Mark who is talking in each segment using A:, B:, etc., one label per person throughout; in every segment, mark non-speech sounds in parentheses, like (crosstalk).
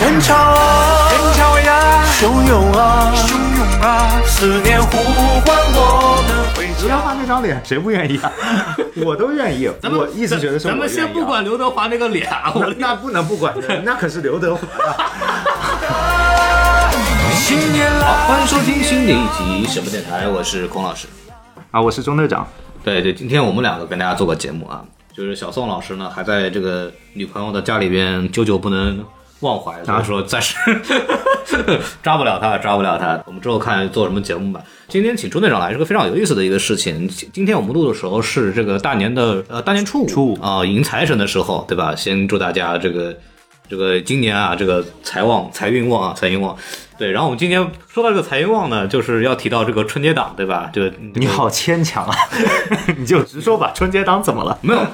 A: 人潮啊，
B: 人潮呀，
A: 汹涌啊，
B: 汹涌啊，
A: 思念呼唤我们回
C: 刘德
A: 家。
C: 华那张脸谁不愿 (laughs) 意啊？我都愿意。
D: 咱们
C: 我意思觉得是我
D: 咱们
C: 愿
D: 先
C: 意啊
D: 不管刘德华那个脸啊，我
C: 那那不能不管的，那可是刘德华啊。
A: 新年来，
D: 好， (laughs) 欢迎收听新的一集什么电台，我是孔老师。
C: (laughs) 啊，我是中队长。
D: 对对，今天我们两个跟大家做个节目啊，就是小宋老师呢还在这个女朋友的家里边久久不能忘怀，所
C: (laughs)
D: 以说暂时抓不了他，抓不了他。我们之后看做什么节目吧。今天请钟队长来是个非常有意思的一个事情。今今天我们录的时候是这个大年的呃大年初五，
C: 初五
D: 啊、迎财神的时候，对吧？先祝大家这个这个今年啊，这个财旺、财运旺啊，财运旺。对，然后我们今天说到这个财运旺呢，就是要提到这个春节档，对吧？这个
C: 你好牵强 (laughs) 啊，你就直说吧，春节档怎么了？
D: 没有，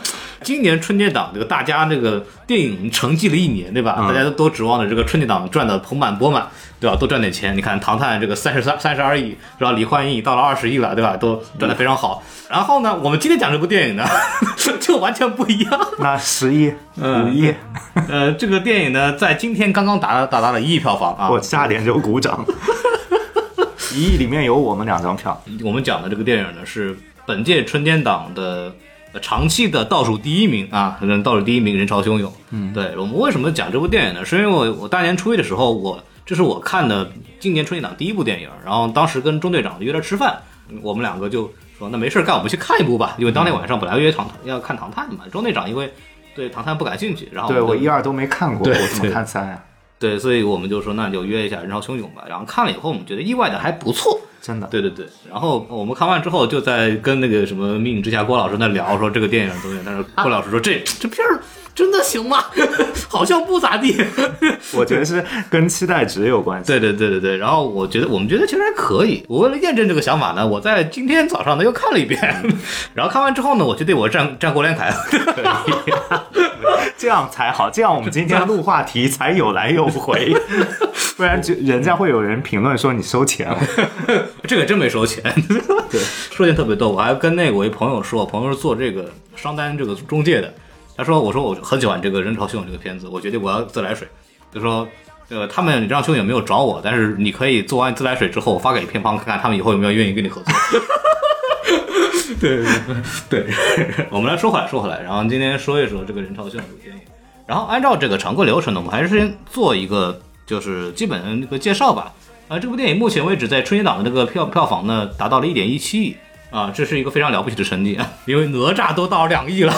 D: 今年春节档这个大家这个电影沉寂了一年，对吧？
C: 嗯
D: 大家都都指望着这个春节档赚的盆满钵满，对吧？多赚点钱。你看《唐探》这个三十三三十二亿，是吧？李焕英到了二十亿了，对吧？都赚的非常好。然后呢，我们今天讲这部电影呢， (laughs) 就完全不一样。
C: 那十一、
D: 嗯
C: 五一，
D: 呃，这个电影呢，在今天刚刚达达到了一亿票房啊。
C: 我差点就鼓 (laughs) 掌。一亿里面有我们两张票，
D: 我们讲的这个电影呢，是本届春节档的呃长期的倒数第一名啊，可能倒数第一名人潮汹涌。嗯，对我们为什么讲这部电影呢？是因为我我大年初一的时候，我这是我看的今年春节档第一部电影，然后当时跟中队长约着吃饭，我们两个就说那没事儿干，我们去看一部吧，因为当天晚上本来约唐要哎看《唐探》的嘛，中队长因为对《唐探》不感兴趣，然后
C: 对
D: 们就
C: 我一二都没看过，
D: 对
C: 我怎么
D: 对
C: 看三啊？
D: 对，所以我们就说那就约一下人潮汹涌吧，然后看了以后，我们觉得意外的还不错。
C: 真的，
D: 啊对对对，然后我们看完之后，就在跟那个什么《命运之下》郭老师那聊，说这个电影怎么样？但是郭老师说这这片儿真的行吗？ (laughs) 好像不咋地。 (laughs)
C: 我觉得是跟期待值有关系。
D: 对对对对对，然后我觉得我们觉得其实还可以。我为了验证这个想法呢，我在今天早上呢又看了一遍， (laughs) 然后看完之后呢，我就对我站站郭连 (laughs) 凯，
C: 这样才好，这样我们今天录话题才有来有 (laughs) 回，不然就人家会有人评论说你收钱了。
D: (laughs) 这个真没收钱。对， (laughs) 说件特别逗，我还跟那个我一朋友说，我朋友是做这个商单这个中介的，他说我说我很喜欢这个《人潮汹涌》这个片子，我决定我要自来水，就说。呃，他们《人潮汹涌》没有找我，但是你可以做完自来水之后发给片方看看，他们以后有没有愿意跟你合作。 (laughs) 对对对， (laughs) 我们来说回来说回来，然后今天说一说这个《人潮汹涌》这个电影，然后按照这个常规流程呢，我们还是先做一个就是基本的一个介绍吧。啊，这部电影目前为止在春节档的这个票票房呢，达到了一点一七亿啊，这是一个非常了不起的成绩啊，因为哪吒都到两亿了。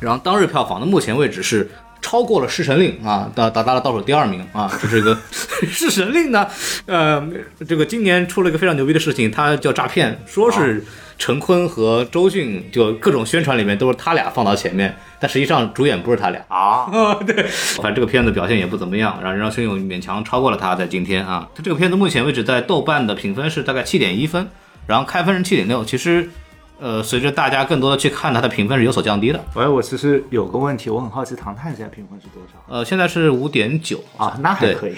D: 然后当日票房呢，目前为止是超过了《侍神令》啊，达达到了倒数第二名啊，这是一个《侍神令》呢，呃，这个今年出了一个非常牛逼的事情，它叫诈骗，说是陈坤和周迅，就各种宣传里面都是他俩放到前面，但实际上主演不是他俩。
C: 啊，
D: 啊，对，反正这个片子表现也不怎么样，然后《人潮汹涌》勉强超过了它，在今天啊，它这个片子目前为止在豆瓣的评分是大概七点一分，然后开分是七点六，其实。呃，随着大家更多的去看它的评分是有所降低的，
C: 喂，哎我其实有个问题，我很好奇《唐探》现在评分是多少
D: 呃，现在是五点九
C: 啊？那还 (laughs)
D: 对
C: 可以，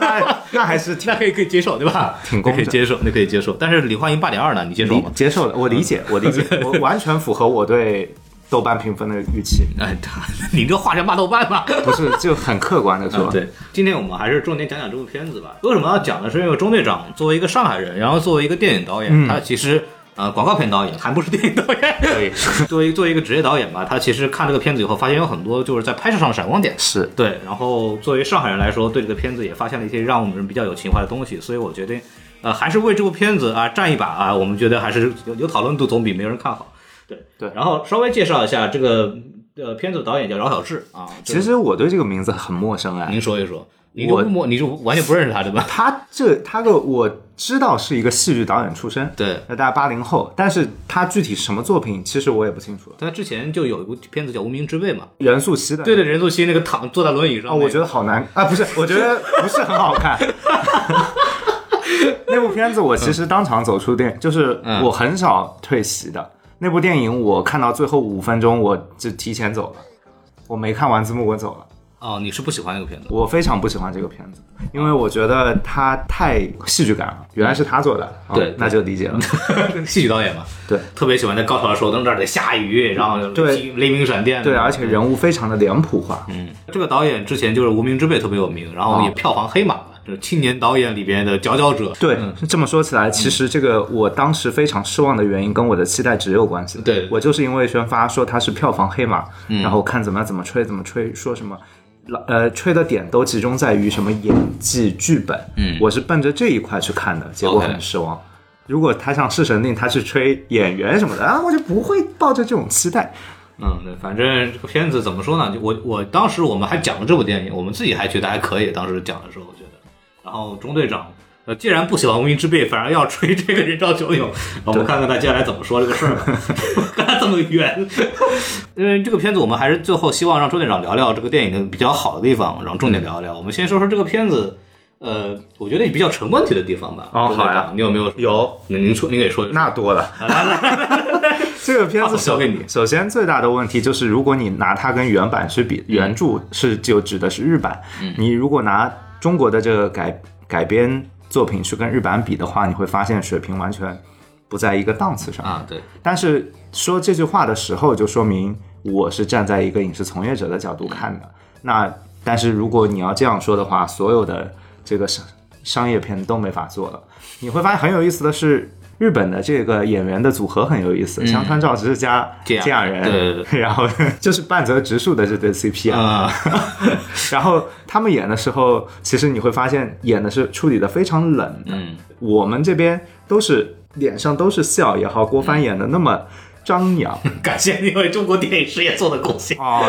C: 那那还是挺
D: 那可以可以接受，对 (laughs) 吧？
C: 挺公
D: 可以
C: 正
D: 接受，那可以接受。但是李焕英八点二呢，你接受
C: 理
D: 吗？
C: 接受了，我理 (laughs) 解，我理解，我完全符合我对豆瓣评分的预期，
D: 哎， (laughs) 你这话是骂豆瓣
C: (laughs)
D: 吧？
C: 不是就很客观的 (laughs) 说，
D: 嗯对，今天我们还是重点讲讲这部片子吧。为什么要讲呢？是因为钟队长作为一个上海人，然后作为一个电影导演，
C: 嗯
D: 他其实呃广告片导演，还不是电影导
C: (laughs)
D: 演。 (laughs) 作为作为一个职业导演吧，他其实看这个片子以后，发现有很多就是在拍摄上的闪光点。
C: 是
D: 对，然后作为上海人来说，对这个片子也发现了一些让我们比较有情怀的东西，所以我决定，呃，还是为这部片子啊站一把啊，我们觉得还是有有讨论度，总比没人看好。对
C: 对
D: 然后稍微介绍一下这个呃片子的导演叫饶晓志啊，这个
C: 其实我对这个名字很陌生哎，
D: 您说一说，你就
C: 我
D: 不摸，你就完全不认识他
C: (laughs)
D: 对吧？
C: 他这他个我知道是一个戏剧导演出身，
D: 对，
C: 那大概八零后，但是他具体什么作品，其实我也不清楚了。
D: 他之前就有一部片子叫《无名之辈》嘛，
C: 任素汐的，
D: 对对，任素汐那个躺坐在轮椅上那
C: 啊，
D: 个，
C: 我觉得好难啊，不是，我觉得不是很好
D: (laughs)
C: 看。那部片子我其实当场走出电，就是
D: 嗯
C: 我很少退席的。那部电影我看到最后五分钟，我就提前走了，我没看完字幕我走了。
D: 哦，你是不喜欢那个片子？
C: 我非常不喜欢这个片子，因为我觉得它太戏剧感了。原来是他做的，啊
D: 对
C: 那就理解了。 (laughs)
D: 戏剧导演嘛，
C: 对，
D: 特别喜欢在高潮的时候，灯这儿得下雨，然后
C: (laughs) 对
D: 雷鸣闪电，
C: 对，啊而且人物非常的脸谱化，
D: 嗯，这个导演之前就是《无名之辈》特别有名，然
C: 啊
D: 后也票房黑马了，就是青年导演里边的佼佼者。嗯
C: 对，这么说起来，其实这个我当时非常失望的原因跟我的期待值有关系。
D: 对
C: 我就是因为宣发说他是票房黑马，然后看怎么怎么吹怎么吹，说什么。老呃，吹的点都集中在于什么演技、剧本，
D: 嗯
C: 我是奔着这一块去看的，结果
D: OK
C: 很失望。如果他像《侍神令》，他去吹演员什么的啊，我就不会抱着这种期待。
D: 嗯，对，反正这个片子怎么说呢？就我我当时我们还讲了这部电影，我们自己还觉得还可以，当时讲的时候我觉得。然后中队长，呃，既然不喜欢无名之辈，反而要吹这个人造
C: (laughs)
D: 球影，我们看看他接下来怎么说这个事儿。干他这么远， (laughs) 因为这个片子我们还是最后希望让中队长聊聊这个电影的比较好的地方，然后重点
C: 嗯
D: 聊一聊。我们先说说这个片子。呃，我觉得比较成问题的地方吧。
C: 哦
D: 中队长
C: 好呀
D: 你有没有？
C: 有，
D: 那您说，您给说一说。
C: 那多了。 (laughs) 这个片
D: 话筒
C: 子
D: 交给你
C: 首先最大的问题就是，如果你拿它跟原版去比，原著是就指的是日版，你如果拿中国的这个改改编作品去跟日版比的话，你会发现水平完全不在一个档次上。
D: 啊，对，
C: 但是说这句话的时候，就说明我是站在一个影视从业者的角度看的。那但是如果你要这样说的话，所有的这个商商业片都没法做了。你会发现很有意思的是，日本的这个演员的组合很有意思，香川照之加
D: 嗯这样
C: 这样人，
D: 对
C: (laughs)
D: 对
C: 然后就是半泽直树的这对 CP 啊，
D: 啊、
C: (laughs) 然后他们演的时候，其实你会发现演的是处理的非常冷的。
D: 嗯，
C: 我们这边都是脸上都是笑也好，郭帆演的那么张扬
D: 感谢你为中国电影事业做的贡献。
C: 哦，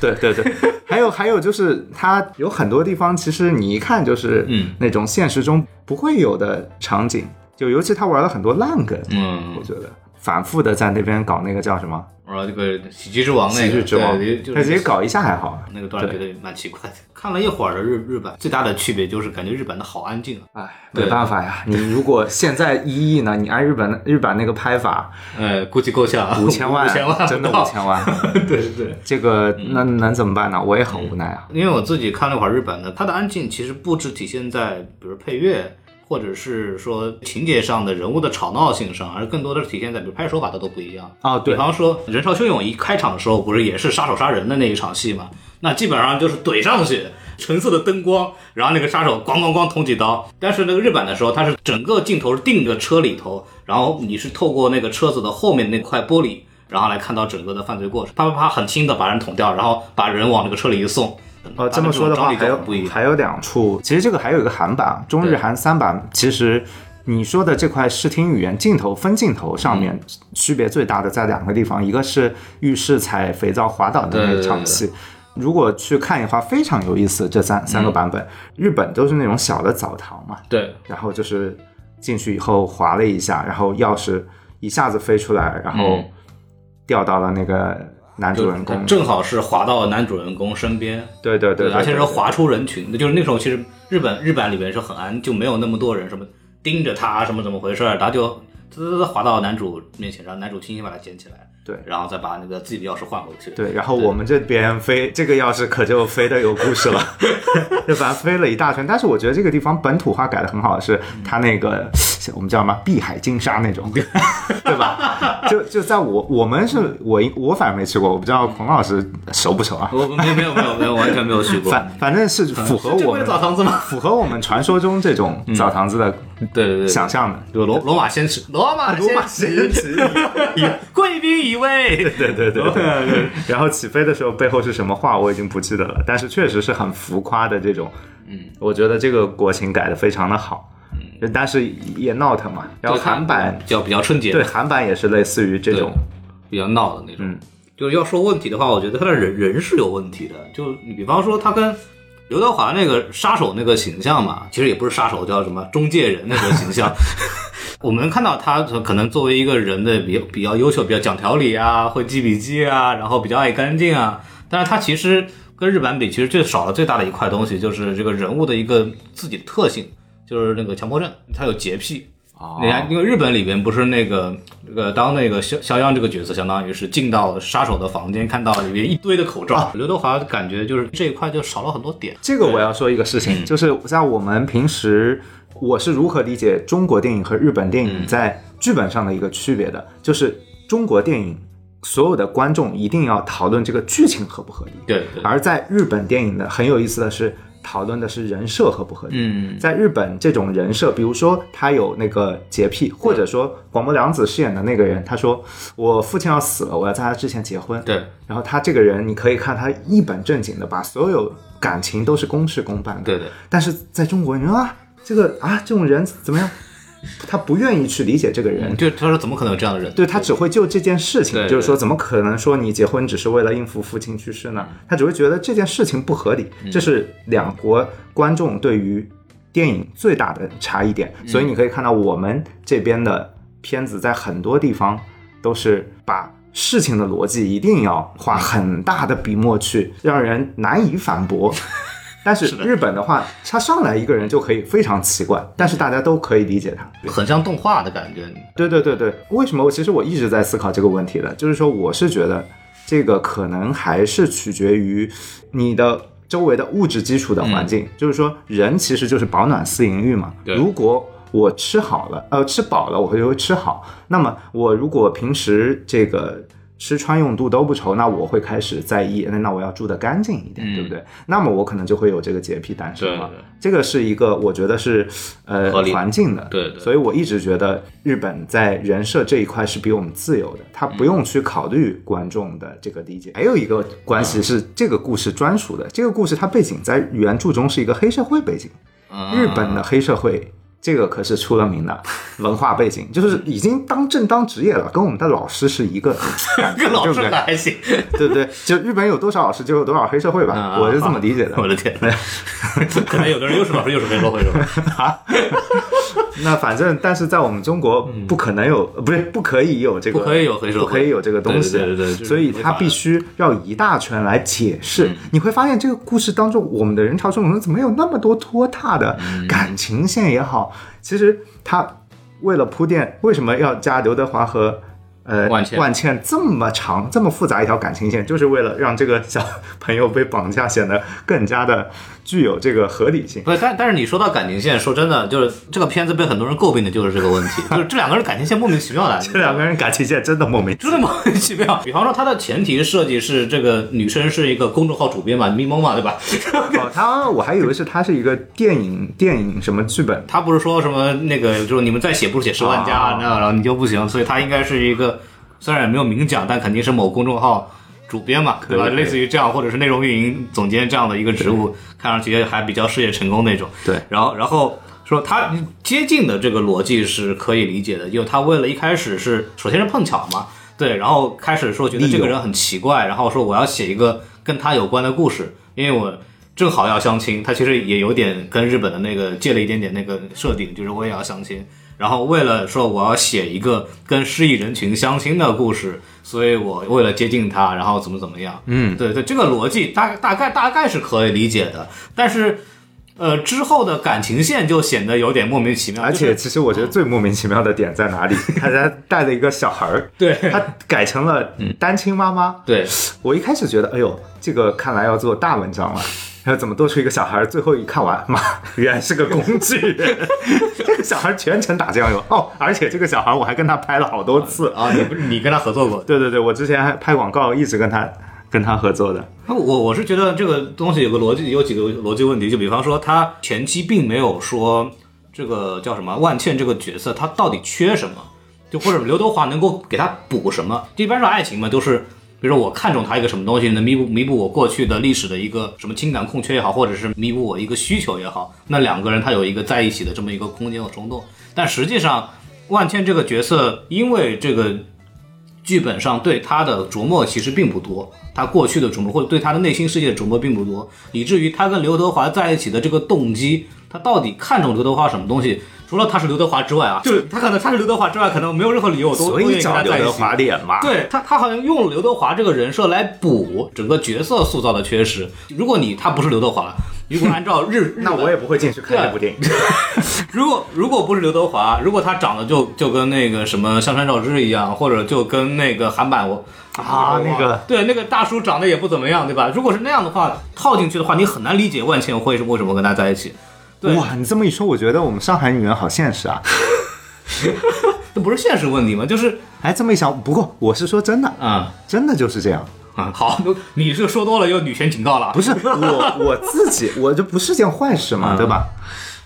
C: 对对对，还有还有就是他有很多地方，其实你一看就是
D: 嗯
C: 那种现实中不会有的场景，就尤其他玩了很多烂梗，
D: 嗯
C: 我觉得反复的在那边搞那个叫什么
D: 然后这个喜剧之王那个，
C: 喜剧之王
D: 对，就，
C: 他直接
D: 是
C: 搞一下还好。
D: 那个段儿觉得蛮奇怪的。看了一会儿的日日版，最大的区别就是感觉日版的好安静啊。
C: 哎，
D: 对
C: 没办法呀！你如果现在一亿呢，你按日本的日版那个拍法，
D: 呃，估计够呛，
C: 五千万，
D: 五千万，
C: 真的五。千万， (laughs) 嗯
D: 对对对。
C: 这个那能怎么办呢？我也很无奈啊。
D: (laughs) 因为我自己看了一会儿日版的，它的安静其实不只体现在比如配乐，或者是说情节上的人物的吵闹性上，而更多的是体现在比如拍摄手法它都不一样。
C: 哦对
D: 比方说《人潮汹涌》一开场的时候，不是也是杀手杀人的那一场戏嘛？那基本上就是怼上去，橙色的灯光，然后那个杀手咣咣咣捅几刀。但是那个日版的时候，它是整个镜头是定着车里头，然后你是透过那个车子的后面那块玻璃。然后来看到整个的犯罪过程，啪啪啪，很轻的把人捅掉，然后把人往那个车里一送。
C: 哦，这么说的话，还有
D: 不一样。
C: 还有两处。其实这个还有一个韩版，中日
D: 对
C: 韩三版。其实你说的这块视听语言镜头分镜头上
D: 嗯
C: 面区别最大的在两个地方，一个是浴室踩肥皂滑倒的那场戏。如果去看的话，非常有意思。这三
D: 嗯
C: 三个版本，日本都是那种小的澡堂嘛，
D: 对，
C: 然后就是进去以后划了一下，然后钥匙一下子飞出来，然后
D: 嗯
C: 掉到了那个男主人公。
D: 正好是滑到男主人公身边，
C: 对对对，
D: 而且
C: 对
D: 是滑出人群的，就是那时候其实日本日版里面是很安，就没有那么多人什么盯着他什么怎么回事儿，他就滋滋滋滑到男主面前，然后男主轻轻把他捡起来，
C: 对
D: 然后再把那个自己的钥匙换回去。
C: 对，然后我们这边飞这个钥匙可就飞的有故事了， (laughs) 就反正飞了一大圈。但是我觉得这个地方本土化改的很好的是，它那个我们叫什么碧海金沙那种， (laughs) 对吧？就就在我我们是我我反正没去过，我不知道孔老师熟不熟啊。
D: 我没有没有没有没有完全没有去过，嗯
C: 反反正是符合
D: 这
C: 我
D: 不是
C: 们
D: 澡堂子吗？
C: 符合我们传说中这种澡堂子的
D: 对嗯对对，
C: 想象的。
D: 就罗罗马先驰，罗马
C: 罗马
D: 先驰， (laughs) 贵宾一位，对
C: 对对对。 (laughs) 然后起飞的时候背后是什么话我已经不记得了，但是确实是很浮夸的这种。嗯，我觉得这个国情改的非常的好。嗯，但是也闹腾嘛。 (laughs) 然后韩版
D: 叫比较春节，
C: 对韩版也是类似于这种。
D: 比较闹的那种。就是要说问题的话，我觉得他的人人是有问题的。就你比方说他跟刘德华那个杀手那个形象嘛，其实也不是杀手，叫什么中介人那个形象。我们看到他可能作为一个人的比较比较优秀，比较讲条理啊，会记笔记啊，然后比较爱干净啊，但是他其实跟日版比，其实最少的最大的一块东西就是这个人物的一个自己的特性，就是那个强迫症，他有洁癖。
C: 哦
D: 人家因为日本里边不是那个那个当那个肖肖央这个角色，相当于是进到杀手的房间，看到里面一堆的口罩。
C: 啊
D: 刘德华感觉就是这一块就少了很多点。
C: 这个我要说一个事情，就是在我们平时，我是如何理解中国电影和日本电影在剧本上的一个区别的，就是中国电影所有的观众一定要讨论这个剧情合不合理，
D: 对 (laughs) 对，
C: 而在日本电影的很有意思的是，讨论的是人设合不合理。
D: 嗯，
C: 在日本，这种人设，比如说他有那个洁癖，或者说广末凉子饰演的那个人，他说我父亲要死了，我要在他之前结婚。
D: 对，
C: 然后他这个人，你可以看他一本正经的把所有感情都是公事公办的。
D: 对对。
C: 但是在中国，你说啊，这个啊，这种人怎么样？他不愿意去理解这个人，
D: 就他说怎么可能有这样的人？
C: 对他只会就这件事情，
D: 对对
C: 就是说，怎么可能说你结婚只是为了应付父亲去世呢？他只会觉得这件事情不合理，这是两国观众对于电影最大的差异点。所以你可以看到，我们这边的片子在很多地方都是把。事情的逻辑一定要画很大的笔墨去，让人难以反驳。但是日本的话，他上来一个人就可以非常奇怪，但是大家都可以理解他。
D: 很像动画的感觉。
C: 对对对对，为什么我？其实我一直在思考这个问题的，就是说，我是觉得这个可能还是取决于你的周围的物质基础的环境，就是说，人其实就是保暖思淫欲嘛。
D: 嗯对
C: 如果我吃好了，呃，吃饱了，我会就会吃好。那么我如果平时这个吃穿用度都不愁，那我会开始在意，那那我要住得干净一点，
D: 嗯
C: 对不对？那么我可能就会有这个洁癖单身了
D: 对对。
C: 这个是一个我觉得是呃
D: 合理的
C: 环境的，
D: 对对
C: 所以我一直觉得日本在人设这一块是比我们自由的，他不用去考虑观众的这个理解。还有一个关系是这个故事专属的，这个故事它背景在原著中是一个黑社会背景，
D: 嗯
C: 日本的黑社会。这个可是出了名的文化背
D: (laughs)
C: 景，就是已经当正当职业了，跟我们的老师是一个感觉，
D: (laughs) 跟老
C: 对不
D: 师
C: 对？
D: 还行。
C: 对不对？就日本有多少老师就有多少黑社会吧，
D: 嗯
C: 我是这么理解的。
D: (laughs) 我的天， (laughs) 可能有的人又是老师又是黑
C: (laughs)
D: 社会是吧？
C: 那反正，但是在我们中国不可能有，呃不是不可以有这个，
D: 嗯不可以有黑社会
C: 不可以有这个东西，啊
D: 对对对对就是
C: 所以
D: 违
C: 他
D: 法嗯的
C: 必须绕一大圈来解释。你会发现这个故事当中，我们的人潮中人怎么有那么多拖沓的
D: 嗯
C: 感情线也好，其实他为了铺垫，为什么要加刘德华和？呃，
D: 万茜
C: 万茜这么长、这么复杂一条感情线，就是为了让这个小朋友被绑架显得更加的具有这个合理
D: (laughs)
C: 性。
D: 不是，但但是你说到感情线，说真的，就是这个片子被很多人诟病的就是这个问题，就是这两个人感情线莫名其妙的，
C: (laughs) 这两个人感情线真的莫名其妙
D: 真的莫名其妙。比方说，它的前提设计是这个女生是一个公众号主编嘛，咪蒙嘛，对吧？ (laughs)
C: (laughs) 哦，他我还以为是他是一个电影电影什么剧本，
D: 他不是说什么那个，就是你们再写不写十万加，
C: 啊
D: 那、然后你就不行，所以他应该是一个虽然也没有明讲，但肯定是某公众号主编嘛，对吧？
C: 对对
D: 类似于这样，或者是内容运营总监这样的一个职务，看上去还比较事业成功那种。
C: 对
D: 然后然后说他接近的这个逻辑是可以理解的，因为他为了一开始是首先是碰巧嘛，对，然后开始说觉得
C: 利
D: 这
C: 用
D: 个人很奇怪，然后说我要写一个跟他有关的故事，因为我。正好要相亲，他其实也有点跟日本的那个借了一点点那个设定，就是我也要相亲。然后为了说我要写一个跟失意人群相亲的故事，所以我为了接近他，然后怎么怎么样。嗯，对对，这个逻辑大大概大概是可以理解的，但是。呃，之后的感情线就显得有点莫名其妙，
C: 而
D: 就
C: 且
D: 是
C: 其实我觉得最莫名其妙的点在哪
D: (laughs)
C: 里？他家带了一个小孩儿，
D: 对 (laughs)
C: 他改成了单亲妈妈。
D: 对，
C: 我一开始觉得，哎呦，这个看来要做大文章了。然后怎么多出一个小孩儿？最后一看完，妈，原来是个工具
D: (laughs)
C: 人。这个小孩儿全程打酱油哦，而且这个小孩儿我还跟他拍了好多次。
D: 啊，你不是你跟他合作过？
C: 对对对，我之前还拍广告，一直跟他跟他合作的。
D: 那我我是觉得这个东西有个逻辑，有几个逻辑问题。就比方说，他前期并没有说这个叫什么万茜这个角色，他到底缺什么，就或者刘德华能够给他补什么。一般上爱情嘛，都是比如说我看中他一个什么东西，能弥补弥补我过去的历史的一个什么情感空缺也好，或者是弥补我一个需求也好，那两个人他有一个在一起的这么一个空间和冲动。但实际上，万茜这个角色因为这个剧本上对他的琢磨其实并不多，他过去的琢磨或者对他的内心世界的琢磨并不多，以至于他跟刘德华在一起的这个动机，他到底看中刘德华什么东西？除了他是刘德华之外啊，就是他可能他是刘德华之外，可能没有任何理由我都
C: 所
D: 都愿
C: 以
D: 意跟
C: 找
D: 他
C: 刘
D: 在一
C: 德
D: 起。
C: 华脸嘛。
D: 对他，他好像用了刘德华这个人设来补整个角色塑造的缺失。如果你他不是刘德华，如果按照
C: (laughs)
D: 日，
C: 那我也不会进去看这部电影。
D: 如果如果不是刘德华，如果他长得就就跟那个什么香川照之一样，或者就跟那个韩版我
C: 啊那个
D: 对那个大叔长得也不怎么样，对吧？如果是那样的话，套进去的话，你很难理解万茜会是为什么跟他在一起。对，
C: 哇，你这么一说，我觉得我们上海女人好现实
D: (laughs)
C: 啊！
D: 这不是现实问题吗？就是
C: 哎，这么一想，不过我是说真的，
D: 啊
C: 真的就是这样。
D: 啊，好， (laughs) 你是说多了又女权警告了， (laughs)
C: 不是我我自己，我这不是件坏事嘛，
D: 嗯
C: 对吧？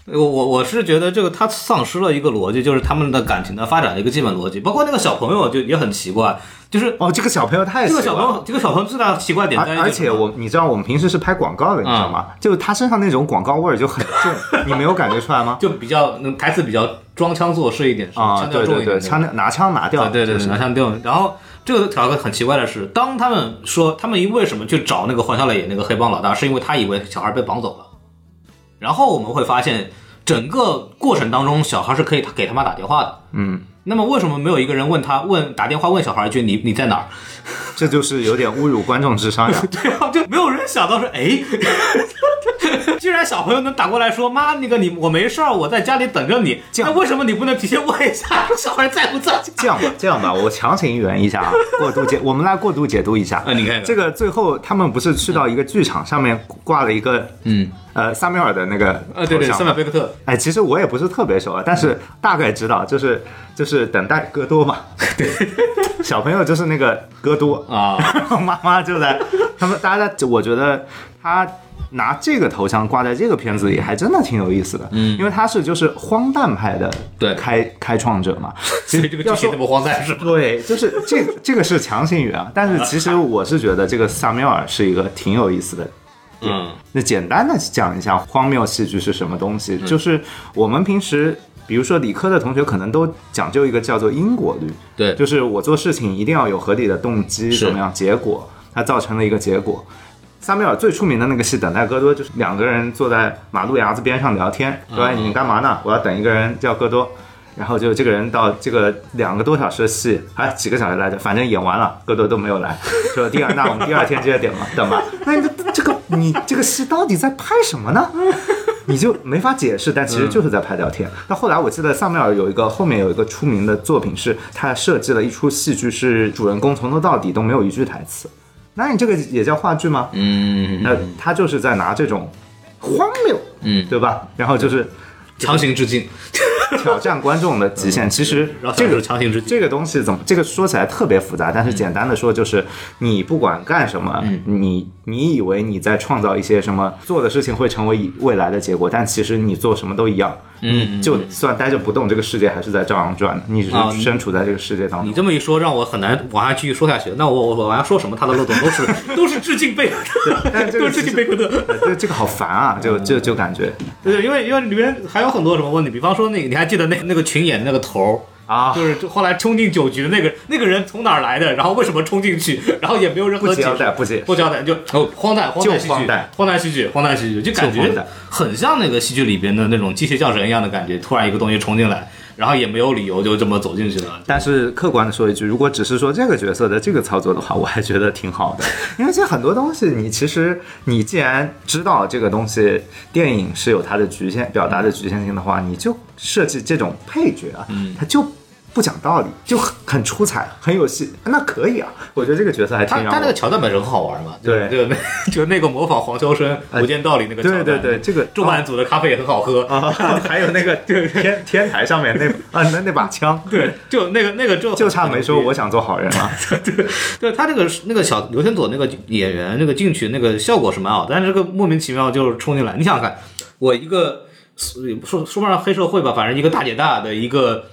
D: 我我我是觉得这个他丧失了一个逻辑，就是他们的感情的发展的一个基本逻辑，包括那个小朋友就也很奇怪，就是
C: 哦，这个小朋友太
D: 这个
C: 喜
D: 小
C: 欢
D: 朋友这个小朋友最大的奇怪点在于嗯
C: 而而且我，你知道我们平时是拍广告的，你知道吗？就是他身上那种广告味儿就很重， (laughs) 你没有感觉出来
D: (laughs)
C: 吗？
D: 就比较嗯台词比较装腔作势一点，
C: 啊，
D: 腔调
C: 对
D: 重
C: 对
D: 一点
C: 对，，枪拿枪拿掉，
D: 啊对对
C: 就
D: 对，
C: 是
D: 拿腔调。然后这个条个很奇怪的是，当他们说他们因为什么去找那个黄小磊那个黑帮老大，是因为他以为小孩被绑走了，然后我们会发现整个过程当中，小孩是可以给他妈打电话的，
C: 嗯，
D: 那么为什么没有一个人问他问打电话问小孩一句你你在哪儿？ (laughs)
C: 这就是有点侮辱观众智商呀。
D: 对啊，就没有人想到说，哎， (laughs) 居然小朋友能打过来说妈，那个你我没事儿，我在家里等着你。
C: 这
D: 那
C: 样
D: 为什么你不能提前问一下，说小孩在不在家？
C: 这样吧，这样吧，我强行圆一下
D: (laughs)
C: 啊，过度解，我们来过度解读一下。
D: 啊你看看
C: 这个最后他们不是去到一个剧场上面挂了一个，
D: 嗯，
C: 呃，萨缪尔的那个
D: 呃，对
C: 嗯
D: 对，
C: 头像
D: 三百贝克特，
C: 哎，其实我也不是特别熟啊，但是大概知道，就是就是等待戈多嘛。对， (laughs) 小朋友就是那个戈多
D: 啊，
C: (laughs) 妈妈就在他们大家在，我觉得他拿这个头像挂在这个片子里，还真的挺有意思的。嗯，因为他是就是荒诞派的
D: 对
C: 开开创者嘛。
D: 所以这个剧情这么荒 (laughs) 诞是吧？
C: 对，就是这个、这个是强行语啊，但是其实我是觉得这个萨缪尔是一个挺有意思的
D: 嗯，
C: 那简单的讲一下荒谬戏剧是什么东西，就是我们平时。比如说理科的同学可能都讲究一个叫做因果律，
D: 对
C: 就是我做事情一定要有合理的动机，
D: 是
C: 怎么样结果，它造成了一个结果。萨缪尔最出名的那个戏《等待戈多》，就是两个人坐在马路牙子边上聊天，说：“哎，你干嘛呢？我要等一个人叫戈多。”然后就这个人到这个两个多小时的戏，哎，几个小时来着，反正演完了，戈多都没有来，说第二，那我们第二天接着点吧， (laughs) 等吧。那你这这个你这个戏到底在拍什么呢？你就没法解释，但其实就是在拍聊天。那、后来我记得萨缪尔有一个后面有一个出名的作品是，他设计了一出戏剧，是主人公从头到底都没有一句台词。那你这个也叫话剧吗？
D: 嗯，
C: 那他就是在拿这种荒谬，
D: 嗯
C: 对吧？然后就是
D: 强行致敬，
C: 挑战观众的极
D: 嗯
C: 限。其实
D: 然后
C: 这
D: 这
C: 个
D: 个强行致敬，
C: 这个东西怎么？这个说起来特别复杂，但是简单的说就是，你不管干什么，
D: 嗯
C: 你你以为你在创造一些什么做的事情会成为以未来的结果，但其实你做什么都一样，
D: 嗯
C: 你就算待着不动，这个世界还是在照样转的，你只
D: 啊
C: 是身处在这个世界当
D: 你 (laughs)
C: 中。
D: 这么一说，让我很难往下继续说下去。那我我我往下说什么？他的漏洞都是 (laughs) 都是致敬贝克特，
C: 但这
D: 都
C: 个
D: 是致
C: 其
D: 敬贝
C: 实
D: 克特。
C: 对这这个好烦啊，就就就感觉
D: 对，因为因为里面还有很多什么问题，比方说那个你还记得那那个群演的那个头儿。
C: 啊
D: 就是就后来冲进酒局的那个那个人从哪儿来的，然后为什么冲进去， (laughs) 然后也没有任
C: 不
D: 何解
C: 交代
D: 释，
C: 不解
D: 不交代就哦荒诞荒
C: 就
D: 诞戏剧
C: 荒诞
D: 荒诞戏剧荒诞戏剧，就感
C: 就荒
D: 觉
C: 诞
D: 很像那个戏剧里边的那种机械降神一样的感觉，突然一个东西冲进来，然后也没有理由就这么走进去了。
C: 但是客观的说一句，如果只是说这个角色的这个操作的话，我还觉得挺好
D: (laughs)
C: 的，因为这很多东西你其实你既然知道这个东西电影是有它的局限表达的局限性的话，你就设计这种配角啊，
D: 嗯
C: 他就。不讲道理，就很很出彩，很有戏，那可以啊。我觉得这个角色还挺
D: 他
C: 让我
D: 他那个桥段本身很好玩嘛，
C: 对
D: 就那 (laughs) 就那个模仿黄秋生《无间道》里那个桥
C: 对
D: 段，
C: 对对，，这个
D: 重版组的咖啡也很好喝，
C: 啊，
D: (laughs)
C: (laughs) 还有那个天天台上面那啊那那把枪，
D: 对，就那个那个就
C: 就差没说
D: 我。
C: 我想做好人啊了。
D: 对他这个是那个小刘天佐那个演员那个进去那个效果是蛮好的，但是这个莫名其妙就是冲进来，你想想看，我一个说说不上黑社会吧，反正一个大姐大的一个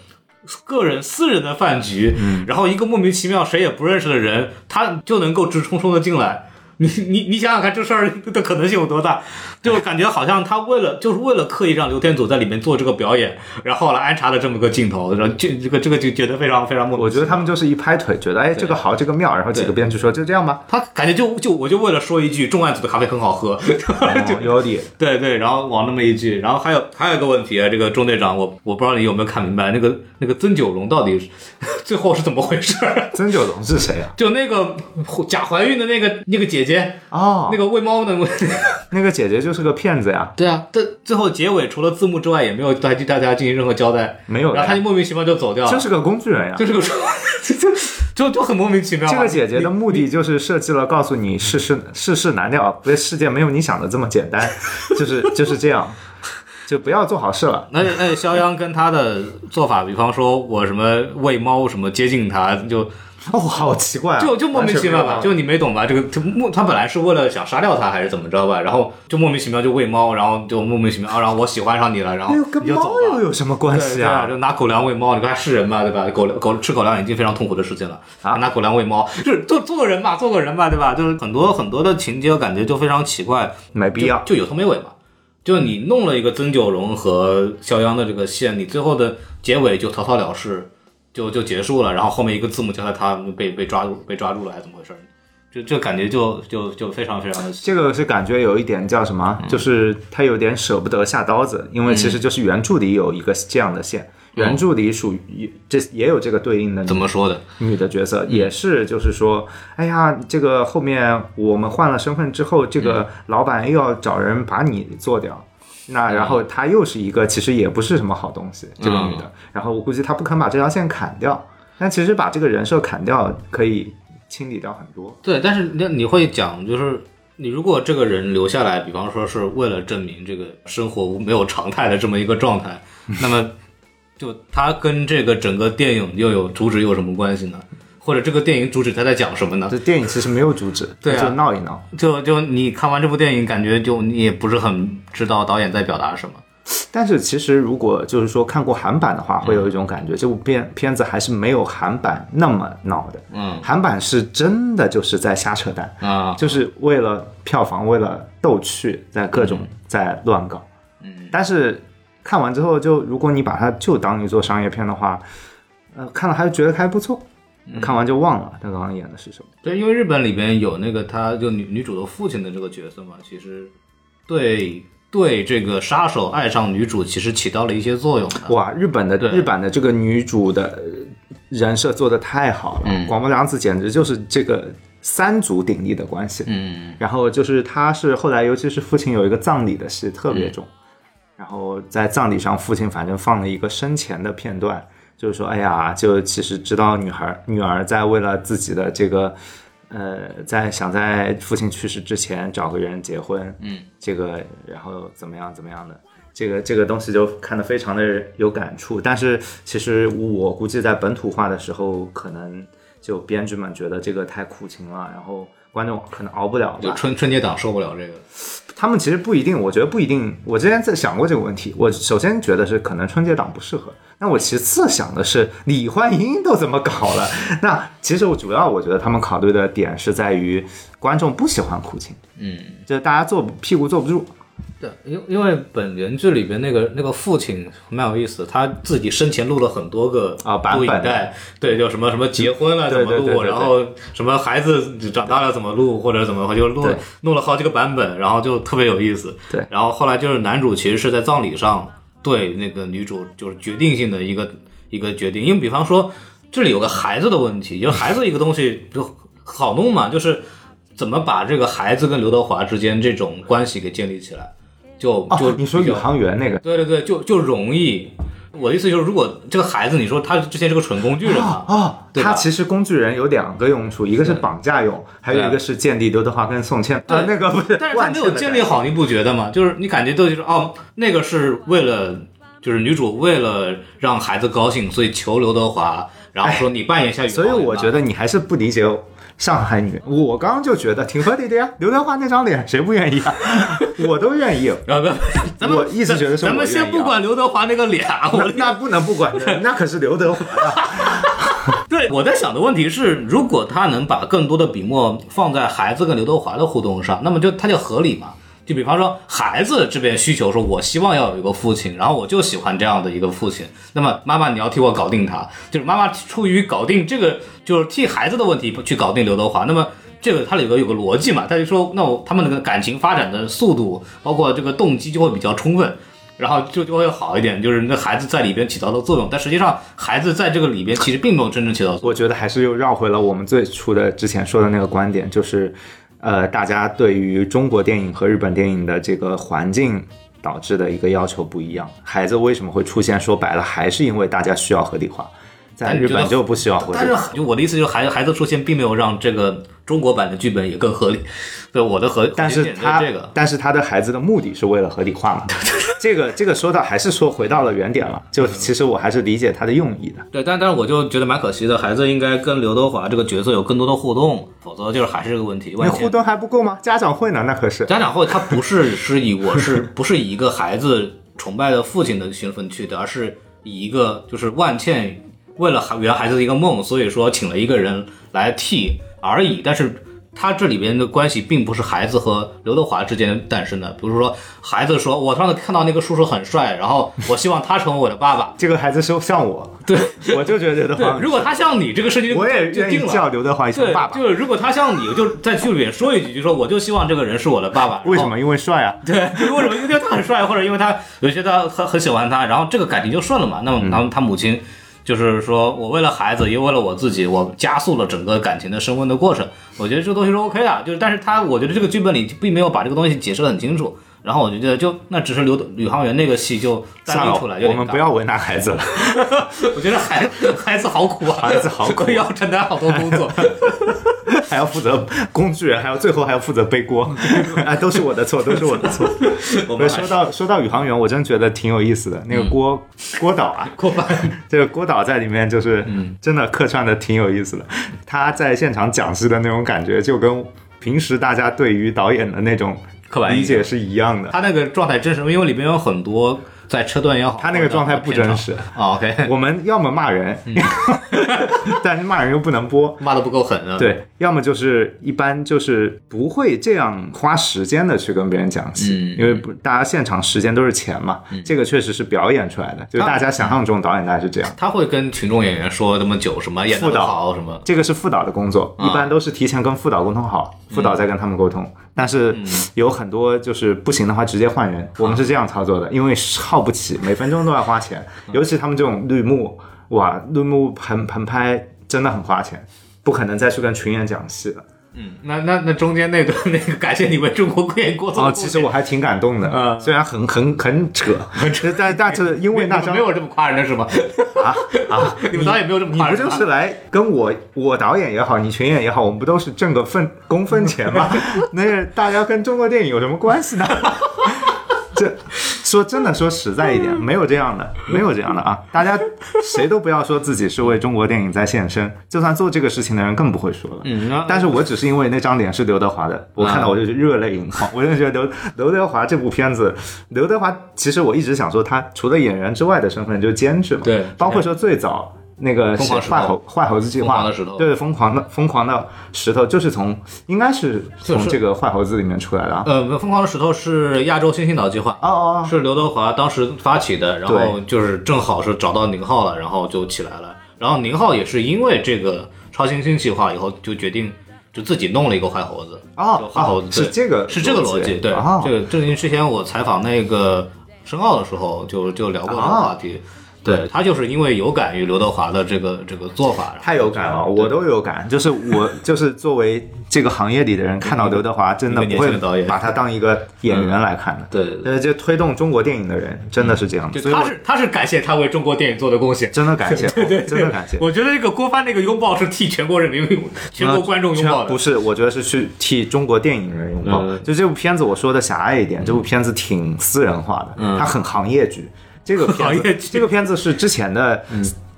D: 个人私人的饭局，
C: 嗯
D: 然后一个莫名其妙谁也不认识的人，他就能够直冲冲的进来。你你你想想看，这事儿 (laughs) 的可能性有多大？就感觉好像他为了就是为了刻意让刘天佐在里面做这个表演，然后来安插了这么个镜头，然后这这个这个就觉得非常非常莫名
C: 我觉得他们就是一拍腿，觉得哎这个好，这个妙，然后几个
D: 对
C: 编剧说就这样吧，
D: 他感觉就就我就为了说一句重案组的咖啡很好
C: (laughs)
D: 喝，
C: 哦有理。
D: 对对，然后往那么一句，然后还有还有一个问题啊，这个中队长，我我不知道你有没有看明白，那个那个曾九龙到底是 (laughs) 最后是怎么回事儿？
C: 曾九龙是谁啊？
D: 就那个假怀孕的那个那个姐姐，
C: 哦，
D: 那个喂猫的，
C: (laughs) 那个姐姐就是个骗子呀，
D: 对啊，但最后结尾除了字幕之外，也没有对大家进行任何交代，
C: 没有的
D: 然后他就莫名其妙就走掉了，
C: 就是个工具人呀。
D: 就是个 (laughs) 就就就就很莫名其妙啊。
C: 这个姐姐的目的就是设计了，告诉你世事世事难料，不是世界没有你想的这么简 (laughs) 单，就是就是这样，就不要做好事了。
D: 那那肖央跟他的做法，比方说我什么喂猫什么接近他，就
C: 哦，好奇怪、啊，
D: 就就莫名其妙吧，
C: 完全没有
D: 就你没懂吧？这个就莫他本来是为了想杀掉他还是怎么着吧，然后就莫名其妙就喂猫，然后就莫名其妙，啊，然后我喜欢上你了，然后
C: 哎呦，跟
D: 你就走
C: 猫
D: 吧。
C: 又有什么关
D: 对
C: 系
D: 对啊，
C: 啊？
D: 就拿狗粮喂猫，你看是人吗？对吧？狗粮狗吃狗粮已经非常痛苦的事情了，
C: 啊
D: 拿狗粮喂猫，就是做做个人吧，做个人吧，对吧？就是很多很多的情节感觉就非常奇怪，
C: 没必要。
D: 就有头没尾嘛。就你弄了一个曾九荣和肖央的这个线，你最后的结尾就草草了事，就就结束了。然后后面一个字幕交代他被被抓住被抓住了，还是怎么回事？就就感觉就就就非常非常的
C: 这个是感觉有一点叫什么，啊
D: 嗯
C: 就是他有点舍不得下刀子，因为其实就是原著里有一个这样的线，原著里属于这也有这个对应的
D: 嗯怎么嗯说的？
C: 女的角色，也是就是说，哎呀，这个后面我们换了身份之后，这
D: 嗯
C: 个老板又要找人把你做掉。
D: 嗯
C: 那然后她又是一个，其实也不是什么好东西，这个女
D: 嗯
C: 的。然后我估计她不肯把这条线砍掉，但其实把这个人设砍掉，可以清理掉很多。
D: 对，但是那你会讲，就是你如果这个人留下来，比方说是为了证明这个生活没有常态的这么一个状态，那 (laughs) 么就他跟这个整个电影又有主旨有什么关系呢？或者这个电影主旨他在讲什么呢？
C: 这电影其实没有主旨，
D: 啊对啊
C: 就闹一闹。
D: 就就你看完这部电影，感觉就你也不是很知道导演在表达什么。
C: 但是其实如果就是说看过韩版的话，会有一种感觉，这部片片子还是没有韩版那么闹的。
D: 嗯
C: 韩版是真的就是在瞎扯淡，
D: 啊，
C: 就是为了票房，为了逗趣，在各种在乱搞。嗯，但是看完之后就，如果你把它就当一座商业片的话，呃，看了还觉得还不错，看完就忘了他刚刚演的是什么。
D: 对，因为日本里边有那个他就女女主的父亲的这个角色嘛，其实对对这个杀手爱上女主其实起到了一些作用的。
C: 哇，日本的
D: 对
C: 日版的这个女主的呃人设做的太好了，
D: 嗯
C: 广播凉子简直就是这个三足鼎立的关系。
D: 嗯，
C: 然后就是他是后来，尤其是父亲有一个葬礼的戏特
D: 嗯
C: 别重，然后在葬礼上，父亲反正放了一个生前的片段，就是说，哎呀，就其实知道女孩女儿在为了自己的这个。呃，在想在父亲去世之前找个人结婚，嗯，这个然后怎么样怎么样的，这个这个东西就看得非常的有感触。但是其实我估计在本土化的时候，可能就编剧们觉得这个太苦情了，然后观众可能熬不了
D: 就
C: 吧。
D: 春春节档受不了这个。
C: 他们其实不一定，我觉得不一定。我之前在想过这个问题，我首先觉得是可能春节档不适合，那我其次想的是李焕英都怎么搞了？ (laughs) 那其实我主要我觉得他们考虑的点是在于观众不喜欢苦情，嗯，就是大家坐不屁股坐不住，
D: 对，因因为本原剧里边那个那个父亲蛮有意思，他自己生前录了很多个
C: 啊版
D: 录影
C: 本嗯
D: 带，对，就什么什么结婚了怎
C: 对
D: 么
C: 对对
D: 录，
C: 对对
D: 然后什么孩子长大了怎么录，或者怎么就录
C: 对
D: 弄了好几个版本，然后就特别有意思。
C: 对
D: 然后后来就是男主其实是在葬礼上对那个女主就是决定性的一个一个决定，因为比方说这里有个孩子的问题，就是孩子一个东西就好弄嘛，就是怎么把这个孩子跟刘德华之间这种关系给建立起来，就
C: 哦，
D: 就
C: 你说
D: 比
C: 宇
D: 较
C: 航员那个，
D: 对对对，就就容易。我的意思就是，如果这个孩子，你说他之前是个纯工具人嘛，
C: 哦，
D: 啊对吧
C: 他其实工具人有两个用处，一个是绑架用，还有一个是建立刘德华跟宋茜，
D: 对
C: 呃，那个不是，
D: 但是他没有建立
C: 好，
D: 好，你不觉得吗？就是你感觉都就是哦，那个是为了，就是女主为了让孩子高兴，所以求刘德华，然后说你扮演一下宇航
C: 哎所以
D: 员吧。
C: 我觉得你还是不理解上海女。我刚刚就觉得挺合理的呀，刘德华那张脸谁不愿意啊？ (laughs) 我都愿意。
D: 然后 (laughs) 不，咱们
C: 我一直觉得是
D: 咱
C: 我
D: 们
C: 愿
D: 先
C: 意
D: 不
C: 啊
D: 管刘德华那个脸啊，我
C: 那 (laughs) 那不能不管人，那可是刘德华呀。
D: 对，我在想的问题是，如果他能把更多的笔墨放在孩子跟刘德华的互动上，那么就他就合理嘛？就比方说，孩子这边需求说，我希望要有一个父亲，然后我就喜欢这样的一个父亲。那么妈妈，你要替我搞定他，就是妈妈出于搞定这个，就是替孩子的问题去搞定刘德华。那么这个它里边有个逻辑嘛，他就说，那我他们那个感情发展的速度，包括这个动机就会比较充分。然后就就会好一点，就是那孩子在里边起到的作用，但实际上孩子在这个里边其实并没有真正起到作用。
C: 我觉得还是又绕回了我们最初的之前说的那个观点，就是呃，大家对于中国电影和日本电影的这个环境导致的一个要求不一样。孩子为什么会出现？说白了，还是因为大家需要合理化，在
D: 但你
C: 日
D: 觉得
C: 本就不需要合理化。
D: 但是就我的意思就是，孩子孩子出现并没有让这个中国版的剧本也更合理。对我的合，
C: 但
D: 我
C: 是
D: 的点
C: 他，
D: 是这个，
C: 但是他的孩子的目的是为了合理化嘛？ (laughs) 这个这个说到还是说回到了原点了，
D: 嗯
C: 就其实我还是理解他的用意的。
D: 对，但但是我就觉得蛮可惜的，孩子应该跟刘德华这个角色有更多的互动，否则就是还是这个问题。
C: 那
D: 万千
C: 互动还不够吗？家长会呢？那可是。
D: 家长会，他不是是以我是不是以一个孩子崇拜的父亲的身份去的，而是以一个就是万茜为了圆孩子的一个梦，所以说请了一个人来替而已。但是他这里边的关系并不是孩子和刘德华之间诞生的，比如说孩子说我上次看到那个叔叔很帅，然后我希望他成为我的爸爸啊
C: 这个孩子是像我，
D: 对，
C: 我就觉得刘德
D: 对
C: 华，，
D: 如果他像你，这个事情就
C: 我也
D: 就
C: 愿意
D: 定了。
C: 叫刘德华一声
D: 对
C: 爸，爸。
D: 就是如果他像你，就在剧里面说一句，就说我就希望这个人是我的爸爸。
C: 为
D: 然
C: 什
D: 后
C: 么？因为帅啊！
D: (laughs) 对，为什么？因为他很帅，或者因为他有些他很很喜欢他，然后这个感情就顺了嘛。那
C: 嗯
D: 么他他母亲就是说我为了孩子，也为了我自己，我加速了整个感情的升温的过程。我觉得这个东西是 OK 的，就是但是他我觉得这个剧本里并没有把这个东西解释的很清楚。然后我就觉得就那只是刘德宇航员那个戏就单
C: 算
D: 立
C: 了
D: 出来，
C: 我
D: 有，点
C: 们
D: 大
C: 不要为难孩
D: (laughs)
C: 子了。
D: 我觉得孩孩子好苦啊，
C: 孩子好苦
D: (laughs) 要承担好多工作。
C: 还要负责工具人，还要最后还要负责背
D: (laughs)
C: 锅，啊，都是我的错，都是我的错。
D: 我
C: 不
D: 嗯们
C: 是说到说到宇航员，我真觉得挺有意思的。那个郭、郭导啊，
D: 过分，
C: (laughs) 这个郭导在里面就是
D: 嗯
C: 真的客串的挺有意思的。他在现场讲戏的那种感觉，就跟平时大家对于导演的那种
D: 刻板印
C: 理
D: 象
C: 解是一样的。
D: (laughs) 他那个状态真实，因为里边有很多在车段也好，
C: 他那个状态不真实
D: 或者片场。啊
C: (laughs)
D: OK，
C: 我们要么骂人，
D: 嗯
C: (laughs) 但是骂人又不能播，
D: 骂的不够狠啊。，
C: 对，要么就是一般就是不会这样花时间的去跟别人讲戏，
D: 嗯
C: 因为不大家现场时间都是钱嘛，这个确实是表演出来的，就大家想象中导演大概是这样。
D: 他会跟群众演员说那么久，什么演
C: 副
D: 的
C: 导
D: 好，什么
C: 这个是副导的工作，
D: 啊
C: 一般都是提前跟副导沟通好，
D: 嗯
C: 副导再跟他们沟通。但是有很多就是不行的话直接换
D: 嗯
C: 人，我们是这样操作的，因为耗不起，每分钟都要花钱，
D: 嗯
C: 尤其他们这种绿幕，哇，绿幕棚棚拍真的很花钱，不可能再去跟群演讲戏了。
D: 嗯，那那那中间那段那个感谢你为中国演过做
C: 哦，
D: 的贡
C: 其
D: 献。
C: 实我还挺感动的，
D: 嗯
C: 虽然很很很扯，但但是因为
D: 你
C: 那
D: 们
C: 张
D: 没有这么夸人的是吗？
C: 啊啊，
D: (laughs) 你们导演没有这么
C: 你
D: 夸
C: 不
D: 人吧，
C: 就是来跟我我导演也好，你群演也好，我们不都是挣个份工分钱吗？那大家跟中国电影有什么关系呢？ (laughs) 这说真的，说实在一点，没有这样的，没有这样的啊！大家谁都不要说自己是为中国电影在献身，就算做这个事情的人更不会说了。
D: 嗯那
C: 但是我只是因为那张脸是刘德华的，我
D: 啊
C: 看到我就是热泪盈眶。 (laughs) 我就觉得刘刘德华这部片子，刘德华其实我一直想说，他除了演员之外的身份就是监制嘛，
D: 对
C: 包括说最早。那个
D: 疯狂石头
C: 坏猴坏猴子计划，
D: 疯狂的石头
C: 对疯狂的疯狂的石头，就是从应该是从
D: 就是
C: 这个坏猴子里面出来的啊。
D: 呃，疯狂的石头是亚洲新兴岛计划。
C: 哦哦，哦
D: 是刘德华当时发起的，然后
C: 对
D: 就是正好是找到宁浩了，然后就起来了。然后宁浩也是因为这个超新星计划以后，就决定就自己弄了一个坏猴子。
C: 哦
D: 就坏猴子、
C: 哦
D: 对
C: 是这个
D: 是这个
C: 逻
D: 逻
C: 辑
D: 辑。对，
C: 哦
D: 这个正因为之前我采访那个申奥的时候，就就聊过这个
C: 啊
D: 话题。对他就是因为有感于刘德华的这个这个做法，
C: 太有感了，我都有感。就是
D: (laughs)
C: 我，就是作为这个行业里的人，看到刘德华，真的不
D: 一个年轻的导
C: 会
D: 演
C: 把他当一个演员来看的。
D: 对对对
C: 呃，就推动中国电影的人真的是这样的，
D: 嗯
C: 所
D: 就
C: 以
D: 他
C: 我
D: 是他是感谢他为中国电影做的贡献。
C: 真的感谢，
D: (laughs)
C: 真的感谢。
D: 我觉得这个郭帆那个拥抱是替全国人民拥、全国观众拥抱
C: 全
D: 的
C: 不。是，我觉得是去替中国电影人拥抱。
D: 嗯
C: 就这部片子，我说的狭隘一点，这部片子挺私人化的，它很行业剧。这个片
D: 嗯行
C: 子，
D: 业剧
C: 这个片子是之前的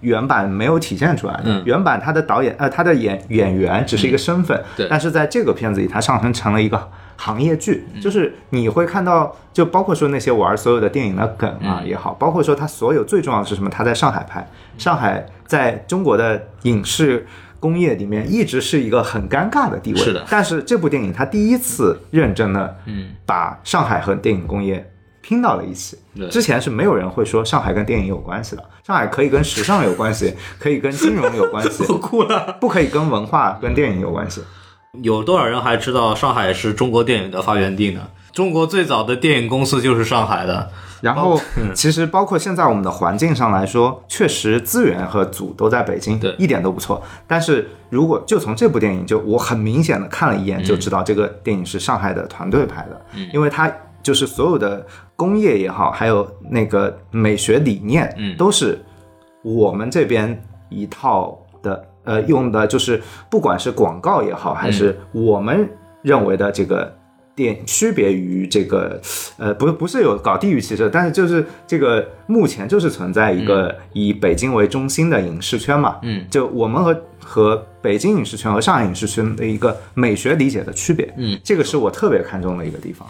C: 原版没有体现出来的。
D: 嗯
C: 原版它的导演呃，它的演演员只是一个身份，
D: 对
C: 但是在这个片子里，它上升成了一个。行业剧
D: 嗯
C: 就是你会看到，就包括说那些玩所有的电影的梗啊、
D: 嗯
C: 也好，包括说它所有最重要的是什么？它在上海拍，上海在中国的影视工业里面一直是一个很尴尬的地位。
D: 是的
C: 但是这部电影它第一次认真的，
D: 嗯，
C: 把上海和电影工业拼到了一起
D: 对。
C: 之前是没有人会说上海跟电影有关系的，上海可以跟时尚有关系，可以跟金融有关系，
D: 我哭了。
C: 不可以跟文化跟电影有关系。
D: 有多少人还知道上海是中国电影的发源地呢？中国最早的电影公司就是上海的，
C: 然后，
D: 嗯
C: 其实包括现在我们的环境上来说，确实资源和组都在北京，
D: 对
C: 一点都不错。但是如果就从这部电影，就我很明显的看了一
D: 嗯
C: 眼就知道这个电影是上海的团队拍的，因为它就是所有的工业也好，还有那个美学理念，
D: 嗯
C: 都是我们这边一套的，呃，用的就是不管是广告也好，
D: 嗯
C: 还是我们认为的这个电，区别于这个，呃，不不是有搞地域歧视，但是就是这个目前就是存在一个以北京为中心的影视圈嘛，
D: 嗯
C: 就我们和和北京影视圈和上海影视圈的一个美学理解的区别，
D: 嗯，
C: 这个是我特别看重的一个地
D: (laughs)
C: 方。